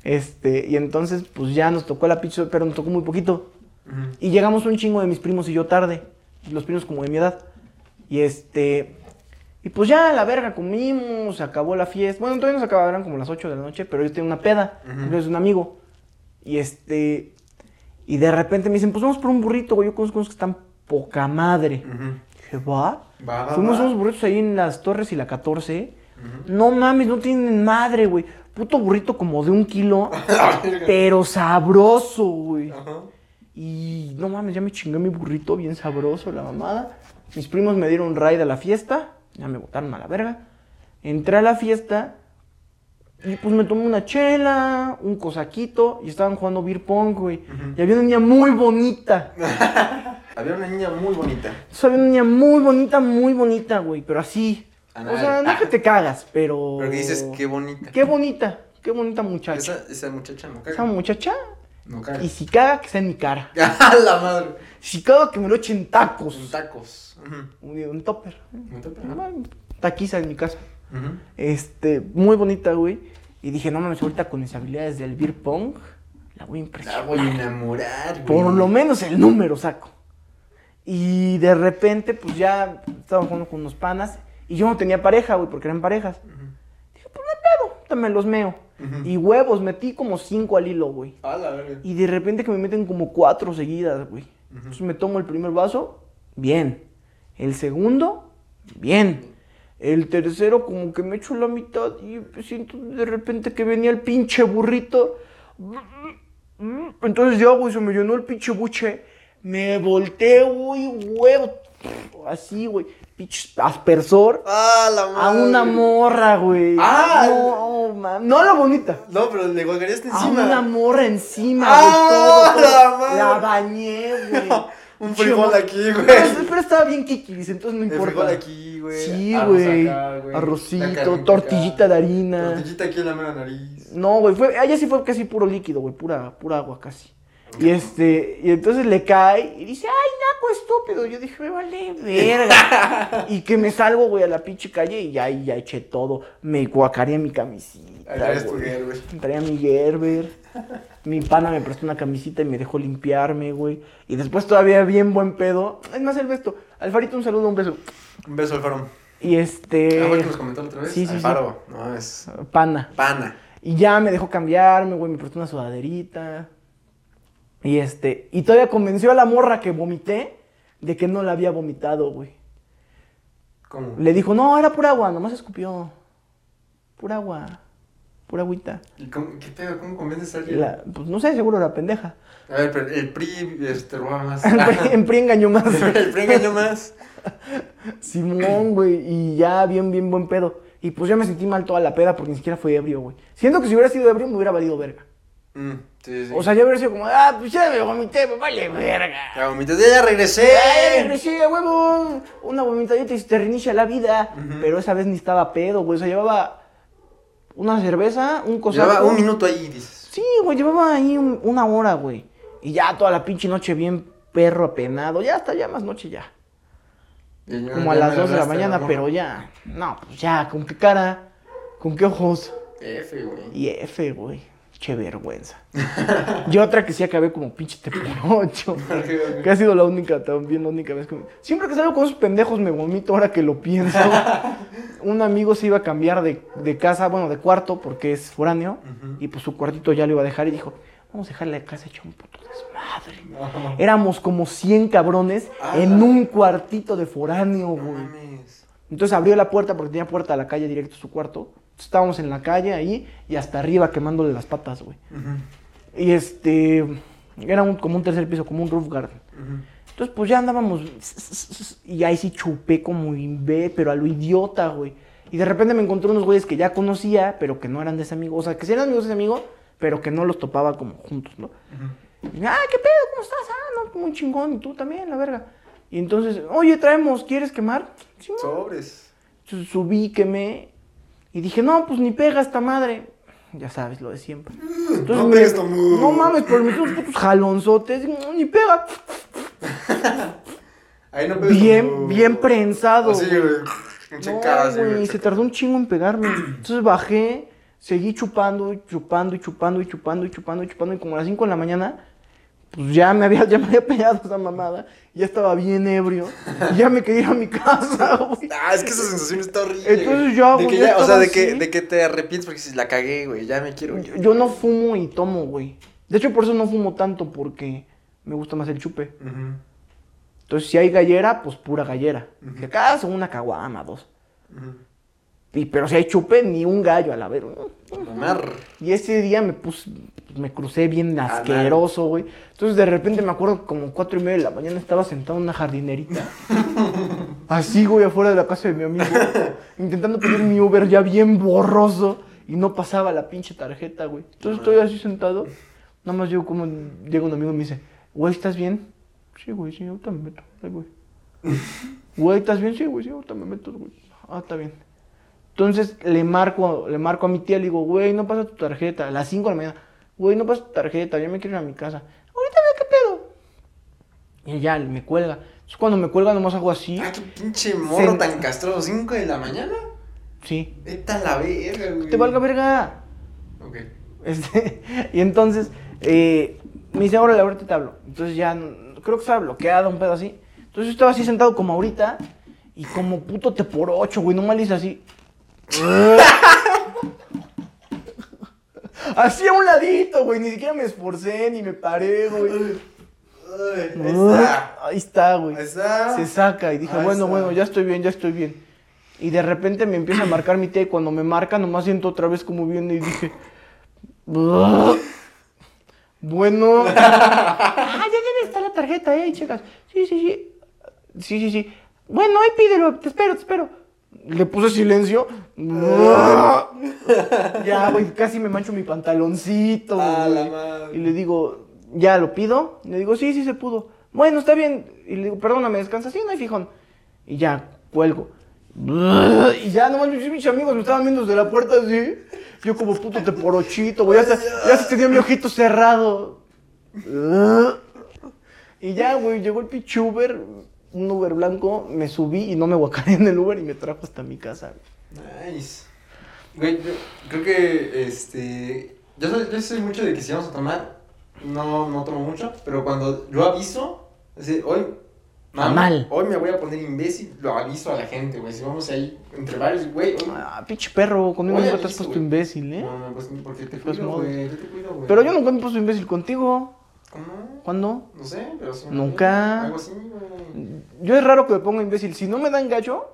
S2: Este, y entonces, pues ya nos tocó la pizza, pero nos tocó muy poquito.
S1: Ujú.
S2: Y llegamos un chingo de mis primos y yo tarde. Los primos como de mi edad. Y este. Y pues ya, la verga, comimos, se acabó la fiesta. Bueno, todavía nos acabaron como las 8 de la noche, pero yo tenía una peda.
S1: Ujú.
S2: cumpleaños de un amigo. Y este. Y de repente me dicen, pues vamos por un burrito, güey. Yo conozco unos que están poca madre.
S1: Ujú.
S2: Dije, va.
S1: Ah, Va, va,
S2: Fuimos
S1: va.
S2: unos burritos ahí en las Torres y la 14. No mames, no tienen madre, güey. Puto burrito como de un kilo, pero sabroso, güey.
S1: Ajá.
S2: Y no mames, ya me chingué mi burrito bien sabroso, la mamada. Mis primos me dieron raid a la fiesta. Ya me botaron a la verga. Entré a la fiesta. Y pues me tomé una chela, un cosaquito. Y estaban jugando beer pong, güey. Y había una niña muy bonita.
S1: Había una niña muy bonita.
S2: Entonces, había una niña muy bonita, muy bonita, güey. Pero así. O
S1: Anal.
S2: sea, no que te cagas, pero.
S1: Ah, Pero que dices, qué bonita.
S2: Oh. Qué bonita. Qué bonita muchacha.
S1: Esa, esa muchacha no
S2: Esa
S1: caga.
S2: muchacha.
S1: No caga.
S2: Y si caga, que sea en mi cara.
S1: ¡A la madre!
S2: Si caga, que me lo echen tacos.
S1: Con tacos. Ujú.
S2: un, un topper.
S1: Un topper, ¿no?
S2: Una Taquiza en mi casa.
S1: Ujú.
S2: Este, muy bonita, güey. Y dije, no mames, ahorita con mis habilidades del beer pong, la voy a
S1: La
S2: impresionar.
S1: voy a enamorar, güey.
S2: Por lo menos el número saco. Y de repente, pues ya estaba jugando con unos panas. Y yo no tenía pareja, güey, porque eran parejas. Dije, pues no hay pedo, también los meo.
S1: Ujú.
S2: Y huevos, metí como cinco al hilo, güey.
S1: A la verga.
S2: Y de repente que me meten como cuatro seguidas, güey. Entonces me tomo el primer vaso, bien. El segundo, bien. El tercero como que me echo la mitad y siento de repente que venía el pinche burrito. Entonces ya, güey, se me llenó el pinche buche. Me volteo, güey, huevo. Así, güey. Pinche aspersor.
S1: ¡A Ah, la
S2: A
S1: madre!
S2: una morra, güey.
S1: Ah.
S2: No, ma- no la bonita.
S1: No, pero le guacareaste
S2: A
S1: encima.
S2: una morra encima,
S1: ¡Ah,
S2: güey, todo, todo.
S1: la madre!
S2: La bañé, güey.
S1: Un
S2: Pinche
S1: frijol
S2: mor-
S1: aquí, güey.
S2: Pero, pero estaba bien kikiris, entonces no
S1: El
S2: importa.
S1: frijol aquí, güey.
S2: Sí,
S1: Arroz
S2: güey.
S1: acá, güey. La
S2: Arrocito,
S1: carnita
S2: tortillita
S1: acá.
S2: de harina.
S1: Tortillita aquí en la mera nariz.
S2: No, güey, fue, allá sí fue casi puro líquido, güey, pura, pura agua casi. Y este, y entonces le cae y dice, ay, naco, estúpido. Yo dije, me vale verga. y que me salgo, güey, a la pinche calle y ya, y ya eché todo. Me guacaré mi camisita.
S1: Ahí traes tu
S2: güey.
S1: guerra, güey.
S2: Traía mi Gerber. Mi pana me prestó una camisita y me dejó limpiarme, güey. Y después todavía bien buen pedo. Es más, el besto. Alfarito, un saludo, un beso.
S1: Un beso al faro.
S2: Y este.
S1: Ah, fue el que nos comentó la otra vez.
S2: sí, sí, sí.
S1: Alfaro. No, es
S2: Pana.
S1: pana.
S2: Y ya me dejó cambiarme, güey. Me prestó una sudaderita. Y este. Y todavía convenció a la morra que vomité de que no la había vomitado, güey.
S1: ¿Cómo?
S2: Le dijo, no, era pura agua, nomás escupió. Pura agua. Pura agüita.
S1: ¿Y cómo, qué pedo? ¿Cómo convences a
S2: Y
S1: alguien?
S2: la- pues no sé, seguro la pendeja.
S1: A ver, pero el PRI este, robaba más.
S2: En PRI- en PRI engañó más.
S1: el PRI engañó más.
S2: Simón, güey. Y ya, bien, bien buen pedo. Y pues yo me sentí mal toda la peda porque ni siquiera fue ebrio, güey. Siento que si hubiera sido ebrio me hubiera valido verga.
S1: Mm, sí, sí.
S2: O sea, yo hubiera sido como, ah, pues ya me vomité, me vale verga.
S1: ya vomitas, ya, ya regresé.
S2: ¡Ay, regresé, a huevo! Una vomitadita y se te reinicia la vida. Pero esa vez ni estaba pedo, güey. O sea, llevaba una cerveza, un cosaco.
S1: Llevaba un minuto ahí, dices.
S2: Sí, güey, llevaba ahí un- una hora, güey. Y ya toda la pinche noche bien perro apenado. Ya hasta ya más noche ya.
S1: Y ya-
S2: Como a
S1: ya
S2: las
S1: me
S2: 2 de la
S1: hablaste,
S2: mañana,
S1: amor.
S2: pero ya. No, pues ya, ¿con qué cara? ¿Con qué ojos?
S1: F, güey.
S2: Y F, güey. Che vergüenza. y otra que sí acabé como pinche te ocho. que ha sido la única, también la única vez que... me- Siempre que salgo con esos pendejos me vomito ahora que lo pienso. Un amigo se iba a cambiar de, de casa, bueno, de cuarto, porque es foráneo. Y pues su cuartito ya lo iba a dejar y dijo, vamos a dejarle la casa hecha un puto desmadre. Éramos como 100 cabrones
S1: Ah.
S2: en un cuartito de foráneo,
S1: No
S2: güey.
S1: mames.
S2: Entonces abrió la puerta porque tenía puerta a la calle directo a su cuarto. Entonces, estábamos en la calle ahí y hasta arriba quemándole las patas, güey. Y este. Era un- como un tercer piso, como un roof garden. Entonces, pues ya andábamos. Y ahí sí chupé como imbé, pero a lo idiota, güey. Y de repente me encontré unos güeyes que ya conocía, pero que no eran de ese amigo. O sea, que sí eran amigos de ese amigo, pero que no los topaba como juntos, ¿no? Y, ah, ¿qué pedo? ¿Cómo estás? Ah, no, muy chingón. Y tú también, la verga. Y entonces, oye, traemos, ¿quieres quemar? Sí, no,
S1: Sobres.
S2: su- subí, quemé. Y dije, no, pues ni pega esta madre. Ya sabes, lo de siempre. Entonces
S1: no
S2: me-
S1: pega esta madre.
S2: No mames, pero me hizo unos putos jalonzotes. y, Ni pega.
S1: Ahí no pegas
S2: Bien,
S1: como-
S2: bien prensado.
S1: Así,
S2: güey.
S1: güey. Pinche
S2: No,
S1: cara, así,
S2: güey,
S1: güey.
S2: se tardó un chingo en pegarme. Entonces bajé, seguí chupando, y chupando, y chupando, y chupando, y chupando, y chupando. Y como a las 5 de la mañana, pues ya me había, ya me había pegado esa mamada. Ya estaba bien ebrio. Y ya me quería ir a mi casa, güey.
S1: Ah, es que esa sensación está horrible.
S2: Entonces
S1: güey.
S2: yo,
S1: de
S2: güey,
S1: que
S2: ya
S1: ya, O sea,
S2: estaba
S1: de que,
S2: así.
S1: de que te arrepientes porque dices, la cagué, güey, ya me quiero ir.
S2: Yo no fumo y tomo, güey. De hecho, por eso no fumo tanto, porque me gusta más el chupe.
S1: Ujú,
S2: Entonces, si hay gallera, pues pura gallera. De cada segunda una caguama, dos.
S1: ujú.
S2: Y, pero si hay chupe, ni un gallo a la verga.
S1: Mamar.
S2: Y ese día me puse, me crucé bien
S1: madre.
S2: asqueroso, güey. Entonces, de repente me acuerdo que como cuatro y media de la mañana estaba sentado en una jardinerita. Así, güey, afuera de la casa de mi amigo. intentando pedir mi Uber ya bien borroso. Y no pasaba la pinche tarjeta, güey. Entonces estoy así sentado. Nada más llego como... Llega un amigo y me dice, güey, ¿estás bien? Sí, güey, sí, ahorita me meto. Ay, güey. Güey, ¿estás bien? Sí, güey, sí, ahorita me meto, güey. Ah, está bien. Entonces le marco, le marco a mi tía, le digo, güey, no pasa tu tarjeta. A las 5 de la mañana, güey, no pasa tu tarjeta, yo me quiero ir a mi casa. Ahorita veo qué pedo. Y ya, me cuelga. Entonces cuando me cuelga nomás hago así.
S1: Ah, qué pinche morro
S2: Se-
S1: tan castrado. ¿Cinco de la mañana?
S2: Sí.
S1: Vete a la verga, güey.
S2: Te valga verga.
S1: Ok.
S2: Este, y entonces eh, me dice, ahora ahorita te hablo. Entonces ya, no- creo que estaba bloqueado, un pedo así. Entonces yo estaba así sentado como ahorita y como puto te por ocho, güey, nomás le hice así. así a un ladito, güey, ni siquiera me esforcé, ni me paré, güey.
S1: Ay, ahí está.
S2: Ahí está, güey.
S1: Ahí está.
S2: Se saca y dije,
S1: Ahí
S2: bueno,
S1: está.
S2: bueno, ya estoy bien, ya estoy bien. Y de repente me empieza a marcar mi tía y cuando me marca nomás siento otra vez como viene y dije, "Buah". bueno. ah, ya debe estar la tarjeta, eh, chicas. Sí, sí, sí. Sí, sí, sí. Bueno, ahí pídelo, te espero, te espero. Le puse silencio. Buah. ya, güey, casi me mancho mi pantaloncito.
S1: A la
S2: güey.
S1: madre.
S2: Y le digo, ya lo pido. Le digo, sí, sí se pudo. Bueno, está bien. Y le digo, perdóname, descansa. Sí, no hay fijón. Y ya, cuelgo. Y ya, nomás mis, mis amigos me estaban viendo desde la puerta así. Yo como puto te porochito, güey. Ya, se- ya se tenía mi ojito cerrado. Y ya, güey, llegó el pinche Uber, un Uber blanco. Me subí y no me guacaré en el Uber y me trajo hasta mi casa. güey.
S1: Nice. Güey, yo creo que este. Yo soy, yo soy mucho de que si vamos a tomar, no, no tomo mucho, pero cuando yo aviso, así, hoy.
S2: Ah, mal.
S1: Hoy me voy a poner imbécil, lo aviso a la gente, güey. Si vamos ahí entre varios, güey. hoy-
S2: Ah, pinche perro, conmigo
S1: Oye,
S2: nunca te has
S1: listo,
S2: puesto
S1: güey.
S2: imbécil, ¿eh?
S1: No, no, pues porque te
S2: Pues
S1: cuido,
S2: modo.
S1: güey. Yo te cuido, güey.
S2: Pero yo nunca me he puesto imbécil contigo.
S1: ¿Cómo?
S2: ¿Cuándo?
S1: No sé, pero sí.
S2: Nunca.
S1: Algo así, güey.
S2: Yo es raro que me ponga imbécil. Si no me dan gacho,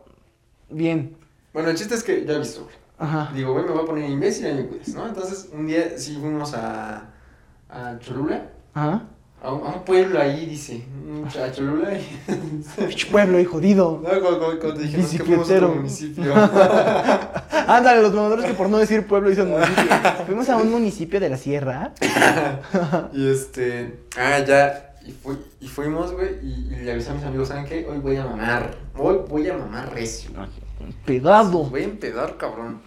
S2: bien.
S1: Bueno, el chiste es que yo aviso, güey.
S2: Ajá.
S1: Digo, güey, me voy a poner imbécil en mi quiz, ¿no? Entonces, un día sí fuimos a, a Cholula,
S2: Ajá.
S1: a un, a un pueblo ahí, dice, un- a Cholula. Y...
S2: Pinche pueblo, hijo, jodido.
S1: no, como, como- como te dije, no, es que fuimos a
S2: Bicicletero.
S1: otro municipio.
S2: Ándale, los mamadores que por no decir pueblo dicen municipio. Fuimos a un municipio de la sierra.
S1: y este, ah, ya, y, fui, y fuimos, güey, y, y le avisé a mis amigos, ¿saben qué? Hoy voy a mamar, hoy voy a mamar recio.
S2: Pegado.
S1: Voy a empedar, cabrón.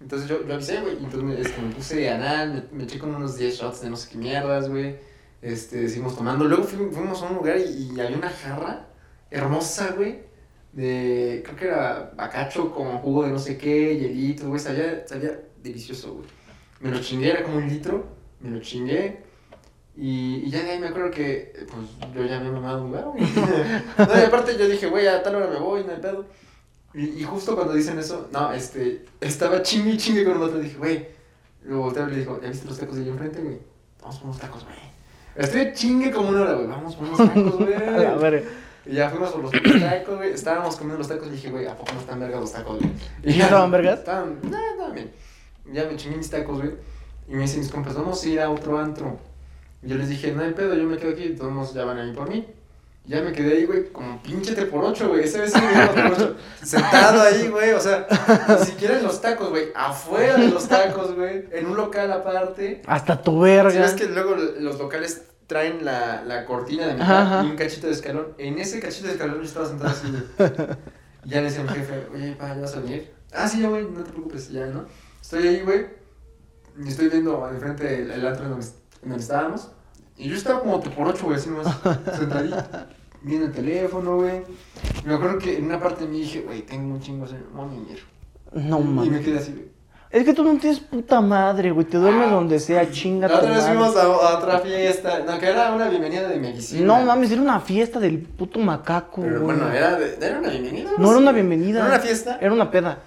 S1: Entonces yo, yo avisé, güey. Entonces me, este, me puse anal, me, me eché como unos 10 shots de no sé qué mierdas, güey. Este, seguimos tomando. Luego fui- fuimos a un lugar y, y había una jarra hermosa, güey. De, creo que era bacacho con jugo de no sé qué, hielito, güey. Sabía, sabía delicioso, güey. Me lo chingué, era como un litro. Me lo chingué. Y, y ya de ahí me acuerdo que, eh, pues, yo ya me he mamado un lugar, güey. no, y aparte yo dije, güey, a tal hora me voy, no hay pedo. Y, y justo cuando dicen eso, no, este, estaba chingue y chingue con el otro. Dije, güey, lo volteé y le dijo, ¿ya viste los tacos de allá enfrente, güey? Vamos por unos tacos, güey. Estuve chingue como una hora, güey. Vamos por unos tacos,
S2: A la
S1: güey.
S2: verga.
S1: Y ya fuimos por los tacos, güey. Estábamos comiendo los tacos y dije, güey, ¿a poco no están vergas los tacos, güey?
S2: ¿Y no estaban vergas?
S1: Estaban, no, estaban bien. Ya me chingué mis tacos, güey. Y me dicen mis compas, vamos a ir a otro antro. Y yo les dije, no hay pedo, yo me quedo aquí, todos ya van a ir por mí. Ya me quedé ahí, güey, como pinche 3 por 8 güey. Ese vez sí me dieron tres por 8 Sentado ahí, güey. O sea, ni siquiera en los tacos, güey. Afuera de los tacos, güey. En un local aparte.
S2: Hasta tu
S1: Si
S2: verga.
S1: ves que luego los locales traen la, la cortina de
S2: Ajá,
S1: mitad
S2: ajá.
S1: y un cachito de escalón. En ese cachito de escalón yo estaba sentado así, güey. Y ya le decía a mi jefe, oye, pa, ¿ya vas a venir? Ah, sí, ya, güey, no te preocupes, ya, ¿no? Estoy ahí, güey. Y estoy viendo al frente el, el antro en donde, en donde estábamos. Y yo estaba como que por ocho, güey, así nomás, sentadito. Viendo el teléfono, güey. Me acuerdo que en una parte me dije, güey, tengo un chingo de sueño, voy a mimir.
S2: No
S1: Y me
S2: mames.
S1: quedé así, güey.
S2: Es que tú no tienes puta madre, güey. Te duermes donde sea, chinga tu
S1: La otra vez
S2: madre.
S1: fuimos a, a otra fiesta, no, que era una bienvenida de medicina.
S2: No mames, era una fiesta del puto macaco,
S1: Pero
S2: güey.
S1: bueno, era, de- era una bienvenida.
S2: No era una
S1: sé.
S2: bienvenida.
S1: Era una fiesta.
S2: Era una peda.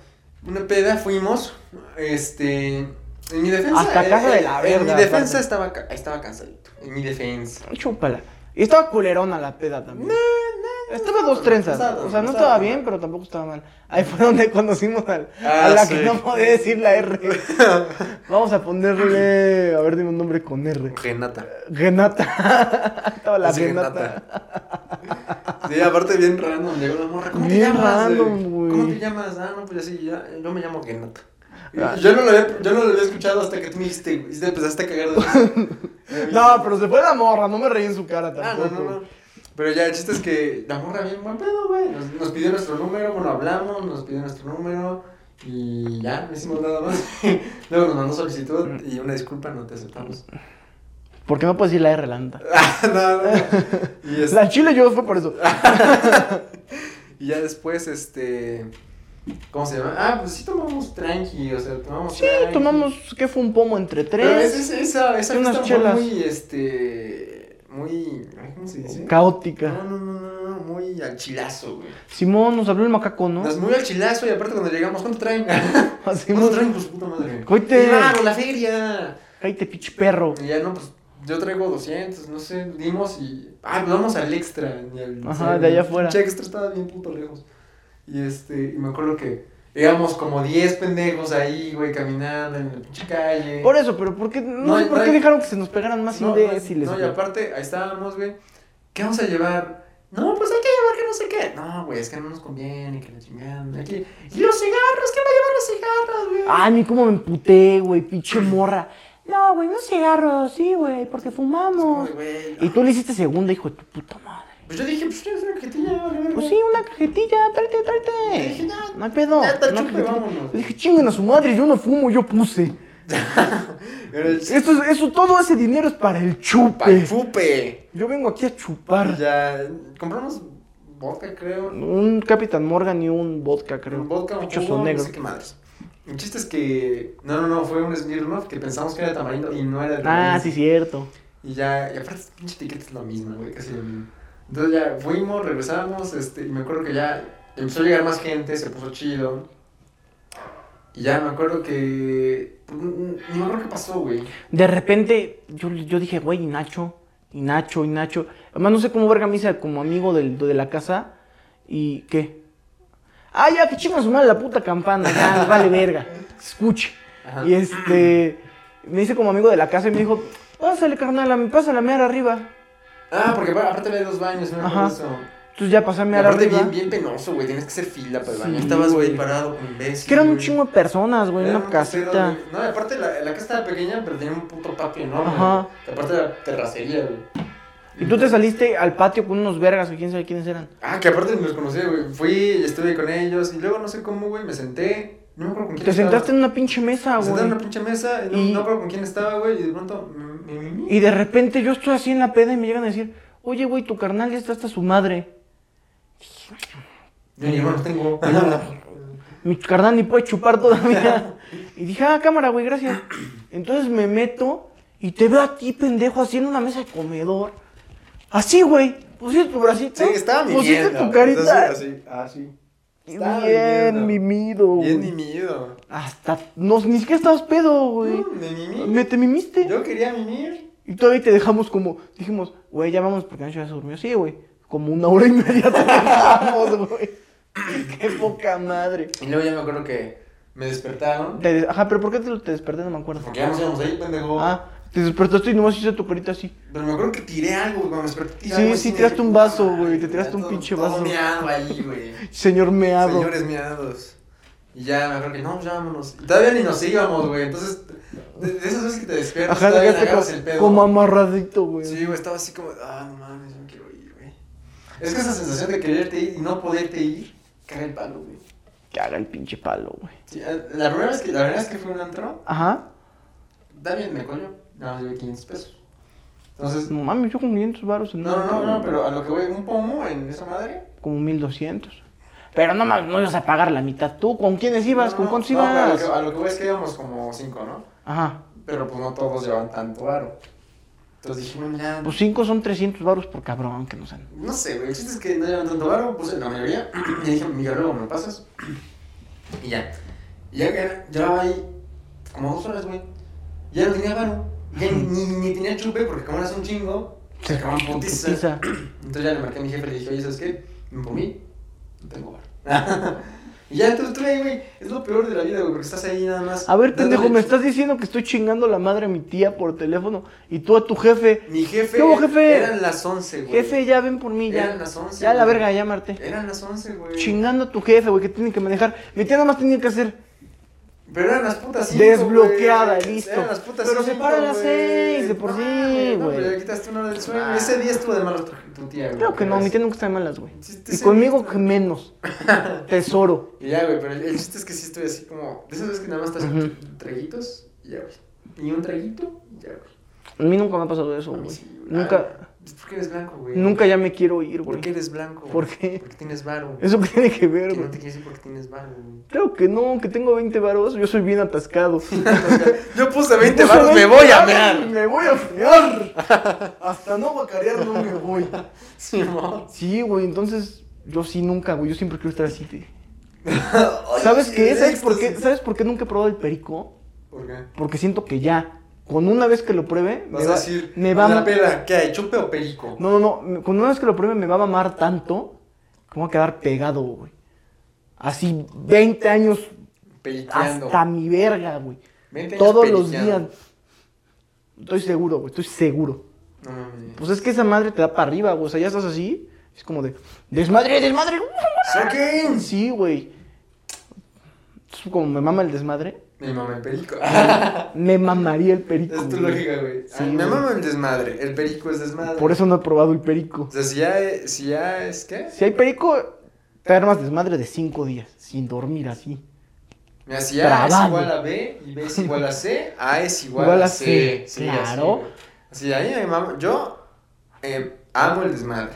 S1: Una peda, fuimos. Este. En mi defensa.
S2: Hasta
S1: eh,
S2: casa
S1: eh,
S2: de la
S1: En mi
S2: verga, aparte.
S1: defensa estaba, ca- estaba cansadito. En mi defensa.
S2: Chúpala. Y estaba culerona la peda también. Estaba dos trenzas.
S1: Estaba-
S2: o sea, no
S1: estaba-
S2: estaba bien, pero tampoco estaba mal. Ahí fue donde conocimos al-
S1: Ah,
S2: a la
S1: sí.
S2: que no podía decir la R. Vamos a ponerle. A ver, dime un nombre con R.
S1: Renata.
S2: Renata. estaba la
S1: Es
S2: Renata.
S1: Sí, aparte bien random. Llegó la morra. ¿Cómo
S2: Bien
S1: te llamas?
S2: random, güey.
S1: ¿Cómo te llamas? Ah, no, pues así. ya, yo me llamo Renata.
S2: Ah.
S1: Yo no, lo había, yo no lo había escuchado hasta que tú me dijiste, güey, y te empezaste a cagar de risa.
S2: No, pero se fue la morra. No me reí en su cara
S1: Ah, no,
S2: tampoco.
S1: no, no. Pero ya, el chiste es que la morra bien buen pedo, güey. Nos, nos pidió nuestro número, bueno, hablamos, nos pidió nuestro número y ya, no hicimos nada más. Luego nos mandó solicitud y una disculpa, no te aceptamos.
S2: Porque no puedo decir la R, la neta.
S1: Ah, no, no. Y, es-
S2: La chile yo fue por eso.
S1: y ya después, este... ¿Cómo se llama? Ah, pues sí tomamos tranqui, o sea, tomamos
S2: Sí,
S1: tranqui.
S2: tomamos. ¿Qué fue un pomo entre
S1: Pero es,
S2: tres?
S1: es- esa, esa
S2: y unas
S1: fiesta fue
S2: chelas.
S1: muy, este... Muy... ay, ¿Cómo se dice? Ah,
S2: Caótica.
S1: No, no, no, no, no, muy al chilazo, güey.
S2: Simón nos habló el macaco, ¿no?
S1: Nos movió al chilazo y aparte cuando llegamos, ¿cuánto traen?
S2: Así
S1: ¿Cuánto traen? Pues puta madre.
S2: Coite.
S1: Y claro, la feria.
S2: Cállate, pinche perro.
S1: Y ya no, pues yo traigo 200, no sé, dimos y. Ah, pues vamos al extra. Y al,
S2: Ajá,
S1: sí,
S2: de allá
S1: el
S2: afuera.
S1: pinche extra estaba bien puto lejos. Y este, y me acuerdo que éramos como 10 pendejos ahí, güey, caminando en la pinche calle.
S2: Por eso, pero ¿por qué, no,
S1: No,
S2: sé por
S1: no
S2: qué
S1: hay-
S2: dejaron que se nos pegaran más
S1: no,
S2: imbéciles?
S1: no, no, y
S2: güey?
S1: aparte, ahí estábamos, güey. ¿Qué vamos a llevar? No, pues hay que llevar que no sé qué. No, güey, es que no nos conviene, que la chingada. Hay que... Y los cigarros, ¿quién va a llevar los cigarros, güey?
S2: Ay, ni cómo me emputé, güey, pinche morra. No, güey, no cigarros, sí, güey, porque fumamos.
S1: Ay, Pues, güey,
S2: Pues, Y tú le hiciste segunda, hijo de tu puta madre.
S1: Pues yo dije, pues es una cajetilla, vale, verga.
S2: Pues sí, una cajetilla, tráete,
S1: Yo dije,
S2: tráete.
S1: no,
S2: No hay pedo.
S1: ya está el
S2: una
S1: chupe,
S2: cajetilla.
S1: vámonos.
S2: Le dije, chinguen a su madre, yo no fumo, yo puse.
S1: Era el
S2: Esto, es- eso, todo ese dinero es para el chupe.
S1: chupachupe.
S2: Yo vengo aquí a chupar.
S1: Ya, compramos vodka, creo.
S2: Un Capitán Morgan y un vodka, creo.
S1: Un vodka, un
S2: Pichos
S1: jugo, no
S2: negros.
S1: sé qué madres. El chiste es que, no, no, no, fue un Smirnoff que pensamos que era tamarindo y no era de
S2: Ah,
S1: tamarindo.
S2: sí, cierto.
S1: Y ya, y aparte, este pinche etiqueta es lo mismo, güey, casi lo mismo. Entonces ya fuimos, regresamos, este, y me acuerdo que ya empezó a llegar más gente, se puso chido. Y ya me acuerdo que. pues, Ni me acuerdo qué pasó, güey.
S2: De repente, yo, yo dije, güey, y Nacho, y Nacho, y Nacho. Además, no sé cómo verga me hice como amigo del- de la casa. ¿Y qué? Ah, ya, que chingas su madre la puta campana, ya, vale verga. Escuche. Y este, me hice como amigo de la casa y me dijo, pásale, carnal, a mí, pásale a mear arriba.
S1: Ah, porque pa- aparte había dos baños, ¿no?
S2: Ajá.
S1: Por eso.
S2: Entonces ya pasé a
S1: Y
S2: mear
S1: aparte
S2: arriba.
S1: bien, bien penoso, güey. Tienes que hacer fila para el
S2: Sí,
S1: baño. Estabas, güey,
S2: güey.
S1: parado con imbécil.
S2: Es que eran un
S1: güey.
S2: chingo de personas, güey,
S1: Era
S2: una
S1: un
S2: casita.
S1: pedo, güey. No, y aparte la, la casa estaba pequeña, pero tenía un puto patio enorme.
S2: Ajá.
S1: güey. Que aparte era terracería, güey.
S2: Y tú te saliste al patio con unos vergas que quién sabe quiénes eran.
S1: Ah, que aparte los conocí, güey. Fui, estuve con ellos y luego no sé cómo, güey, me senté. No me acuerdo con quién
S2: Te
S1: estaba.
S2: sentaste en una pinche mesa,
S1: Me senté en
S2: güey.
S1: una pinche mesa, y no,
S2: Y-
S1: no me acuerdo con quién estaba, güey, y de pronto "Mm, me me mimí.
S2: Y de repente yo estoy así en la peda y me llegan a decir, oye, güey, tu carnal ya está hasta su madre.
S1: Yo digo, no tengo.
S2: Mi carnal ni puede chupar todavía. Y dije, ah, cámara, güey, gracias. Entonces me meto y te veo a ti, pendejo, así en una mesa de comedor. Así, güey. Pusiste tu bracito.
S1: Sí, estaba mi
S2: Pusiste tu carita.
S1: Así, así.
S2: Y
S1: Estaba
S2: bien
S1: mimiendo.
S2: mimido,
S1: Bien
S2: güey.
S1: mimido.
S2: Hasta, no, ni siquiera estabas pedo, güey.
S1: Mm, Me mimí.
S2: Me te mimiste.
S1: Yo quería mimir.
S2: Y todavía te dejamos como, dijimos, güey, ya vamos porque Nacho ya se durmió. Sí, güey. Como una hora y media te dejamos, güey. Qué poca madre.
S1: Y luego ya me acuerdo que me despertaron.
S2: Te de- Ajá, pero ¿por qué te, te desperté? No me acuerdo.
S1: Porque ya nos íbamos ahí, pendejo.
S2: Ah, te despertaste y nomás hice tu carita así.
S1: Pero me acuerdo que tiré algo, güey, cuando me desperté. tiré
S2: Sí,
S1: algo
S2: sí,
S1: así,
S2: tiraste
S1: me- "Ah,
S2: un vaso, güey, te
S1: Ya
S2: tiraste un
S1: todo-
S2: pinche vaso.
S1: Todo meado ahí, güey.
S2: Señor meado.
S1: Señores meados. Y ya me acuerdo que no, ya vámonos. Y todavía ni nos íbamos, güey. Entonces, de, de esas veces que te despiertas,
S2: Ajá,
S1: todavía
S2: dejaste
S1: agarras el
S2: como,
S1: pedo.
S2: como amarradito, güey.
S1: Sí, güey, estaba así como, ah, no mames, yo me quiero ir, güey. Es que esa sensación de quererte ir y no poderte ir, caga el palo, güey.
S2: Caga el pinche palo, güey.
S1: Sí, eh, la primera vez que, la primera vez que fui a un antro,
S2: Ajá.
S1: David me coño, nada más llevé 500 pesos. Entonces,
S2: No mames, yo con 500 baros en
S1: no,
S2: una-
S1: no, no, no, pero a lo que voy, un pomo en esa madre.
S2: Como 1200. Pero no mames, no ibas a pagar la mitad. ¿Tú con quiénes ibas?
S1: No,
S2: ¿Con
S1: no,
S2: cuántos
S1: no, pero a lo
S2: ibas?
S1: que- a lo que voy es que íbamos como 5, ¿no?
S2: Ajá.
S1: Pero pues no todos llevan tanto varo. Entonces dije, bueno, ya.
S2: Pues 5 son 300 baros por cabrón, que no sean.
S1: No sé, güey. El chiste es que no llevan tanto varo, puse la mayoría. Y dije, mira, luego me lo pasas. Y ya. Y ya que llevaba ahí como dos horas, güey. Ya no tenía varo. Ya ni, ni, ni tenía chupe porque como eras un chingo, se acaban putiza.
S2: Putiza.
S1: Entonces ya le marqué a mi jefe y le dije, oye, ¿sabes qué? Me comí, no tengo varo. y ya entonces tú, ahí, güey, es lo peor de la vida, güey, porque estás ahí nada más.
S2: A ver,
S1: dándole
S2: pendejo, me
S1: chu-
S2: estás diciendo que estoy chingando la madre a mi tía por teléfono y tú a tu jefe.
S1: Mi jefe,
S2: ¿Qué hubo, jefe?
S1: eran las 11, güey.
S2: Jefe, ya ven por mí, ya.
S1: Eran las 11.
S2: Ya la
S1: güey.
S2: verga, llamarte.
S1: Eran las 11, güey.
S2: chingando a tu jefe, güey, que tiene que manejar. Mi tía nada más tenía que hacer
S1: Pero eran las putas 5.
S2: desbloqueada, listo.
S1: Eran las putas
S2: Pero se
S1: cinco,
S2: para a las
S1: güey.
S2: seis, de por
S1: No,
S2: sí,
S1: No, pero le
S2: güey.
S1: quitaste una hora del sueño.
S2: Ah.
S1: Ese día estuvo de malo tu, tu tía, güey.
S2: Claro que no, mi
S1: ¿verdad?
S2: tía nunca está de malas, güey.
S1: Sí, sí,
S2: Y
S1: sí,
S2: conmigo
S1: sí.
S2: que menos. Tesoro.
S1: Y ya, güey, pero el, el chiste es que sí estoy así como. De esas veces que nada más estás con
S2: Ujú.
S1: tus traguitos, y ya, güey. Y un traguito, y ya, güey.
S2: A mí nunca me ha pasado eso,
S1: A mí
S2: güey.
S1: sí, güey.
S2: Nunca,
S1: Ay, ¿Por qué eres blanco, güey?
S2: nunca ya me quiero ir,
S1: ¿Por
S2: güey.
S1: qué eres blanco? güey?
S2: ¿Por qué?
S1: Porque tienes varo. güey.
S2: Eso que tiene que ver,
S1: Que no
S2: güey.
S1: te quieres ir porque tienes varo, güey.
S2: Claro que no, que tengo 20 varos, yo soy bien atascado.
S1: Yo puse
S2: Puse
S1: 20 varos, me
S2: 20
S1: voy a
S2: varos y
S1: mear.
S2: Me voy a mear. Hasta no guacarear no me voy.
S1: Simón.
S2: Sí, güey, entonces yo sí nunca, güey, yo siempre quiero estar así. te- ¿Sabes qué?
S1: El
S2: ¿Sabes por qué?
S1: éxtasis.
S2: ¿Sabes por qué nunca he probado el perico?
S1: ¿Por qué?
S2: Porque siento que ya, con una vez que lo pruebe,
S1: Vas
S2: me
S1: a
S2: va,
S1: decir,
S2: me va a
S1: una
S2: ma-
S1: peda, ¿qué hay? ¿Chupe o perico?
S2: No, no, no, me- con una vez que lo pruebe me va a mamar tanto que me va a quedar pegado, güey. Así 20 años
S1: Periqueando.
S2: hasta mi verga, güey.
S1: 20 años
S2: Todos los días.
S1: periqueando.
S2: Estoy seguro, güey, estoy seguro.
S1: No mames.
S2: Pues es que esa madre te da para arriba, güey. O sea, ya estás así, es como de desmadre, desmadre.
S1: ¡Saquen!
S2: Sí, güey. Entonces, como me mama el desmadre,
S1: Mi mamá el perico.
S2: me mamaría el perico.
S1: es tu
S2: güey.
S1: lógica, güey.
S2: Sí,
S1: Ah, mi
S2: güey.
S1: mamá el desmadre. El perico es desmadre.
S2: Por eso no he probado el perico.
S1: O sea, si ya, eh, si ya es qué.
S2: Si hay perico, te armas desmadre de cinco días, sin dormir así.
S1: Mira, si A es
S2: Trabajo.
S1: igual a B y B es igual a C, A es igual,
S2: Igual
S1: a
S2: a
S1: C.
S2: C,
S1: Sí, así,
S2: claro.
S1: güey. Así, ahí mi mamá- yo eh, amo el desmadre.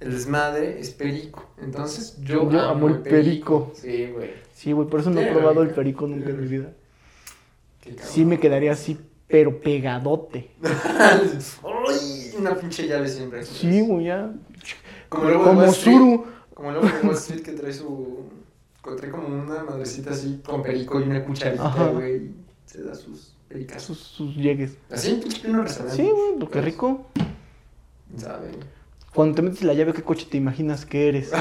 S1: El desmadre es perico. Entonces yo,
S2: Yo amo el perico.
S1: Sí, güey.
S2: Sí, güey, por eso no he
S1: Tiene
S2: probado el
S1: lógica.
S2: perico nunca en
S1: Tiene
S2: mi vida.
S1: Qué cabrón.
S2: Sí me quedaría así, pero pegadote.
S1: Ay, una pinche llave siempre. aquí.
S2: Sí, güey, ya.
S1: Como luego de
S2: Como
S1: Wall Street.
S2: Zuru.
S1: Como luego de Wall Street que trae su. que Trae como una madrecita así con perico y una
S2: Ajá.
S1: cucharita, güey. y Se da sus pericazos.
S2: Sus, sus llegues.
S1: Así, pinche pleno restaurante.
S2: Sí, güey, lo que rico.
S1: ¿Saben?
S2: Cuando te metes la llave, ¿qué coche te imaginas que eres?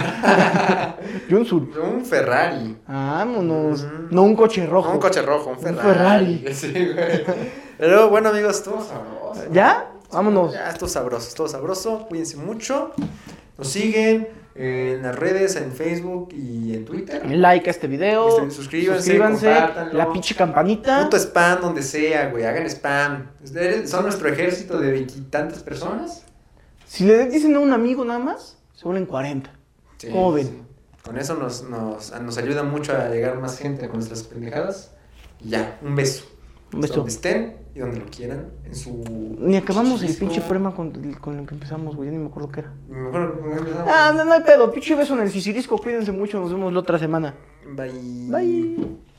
S2: Yo un sur.
S1: Yo un Ferrari.
S2: Vámonos.
S1: Ujú.
S2: No, un coche rojo.
S1: Un coche rojo, un
S2: Un
S1: Ferrari. Sí, güey. Pero bueno, amigos, estuvo sabroso.
S2: ¿Ya? Vámonos.
S1: Ya, estuvo sabroso, estuvo sabroso. Cuídense mucho. Nos siguen en las redes, en Facebook y en Twitter.
S2: Like a este video.
S1: Este, suscríbanse, compártanlo.
S2: la pinche campanita.
S1: Punto spam donde sea, güey. Hagan spam. Ustedes Son nuestro ejército de veintitantas personas.
S2: Si le dicen a un amigo nada más, se vuelven 40.
S1: Sí,
S2: ¿Cómo ven?
S1: sí. Con eso nos, nos, nos ayuda mucho a llegar más gente con nuestras pendejadas. Y ya, un beso.
S2: Un beso.
S1: Donde estén y donde lo quieran. En su.
S2: Ni acabamos el
S1: chichifisco.
S2: pinche prema con, con lo que empezamos, güey. Ya ni me acuerdo qué era.
S1: Mejor, mejor empezamos.
S2: Ah, no, no hay pedo. Pinche beso en el sicirisco. Cuídense mucho. Nos vemos la otra semana.
S1: Bye.
S2: Bye.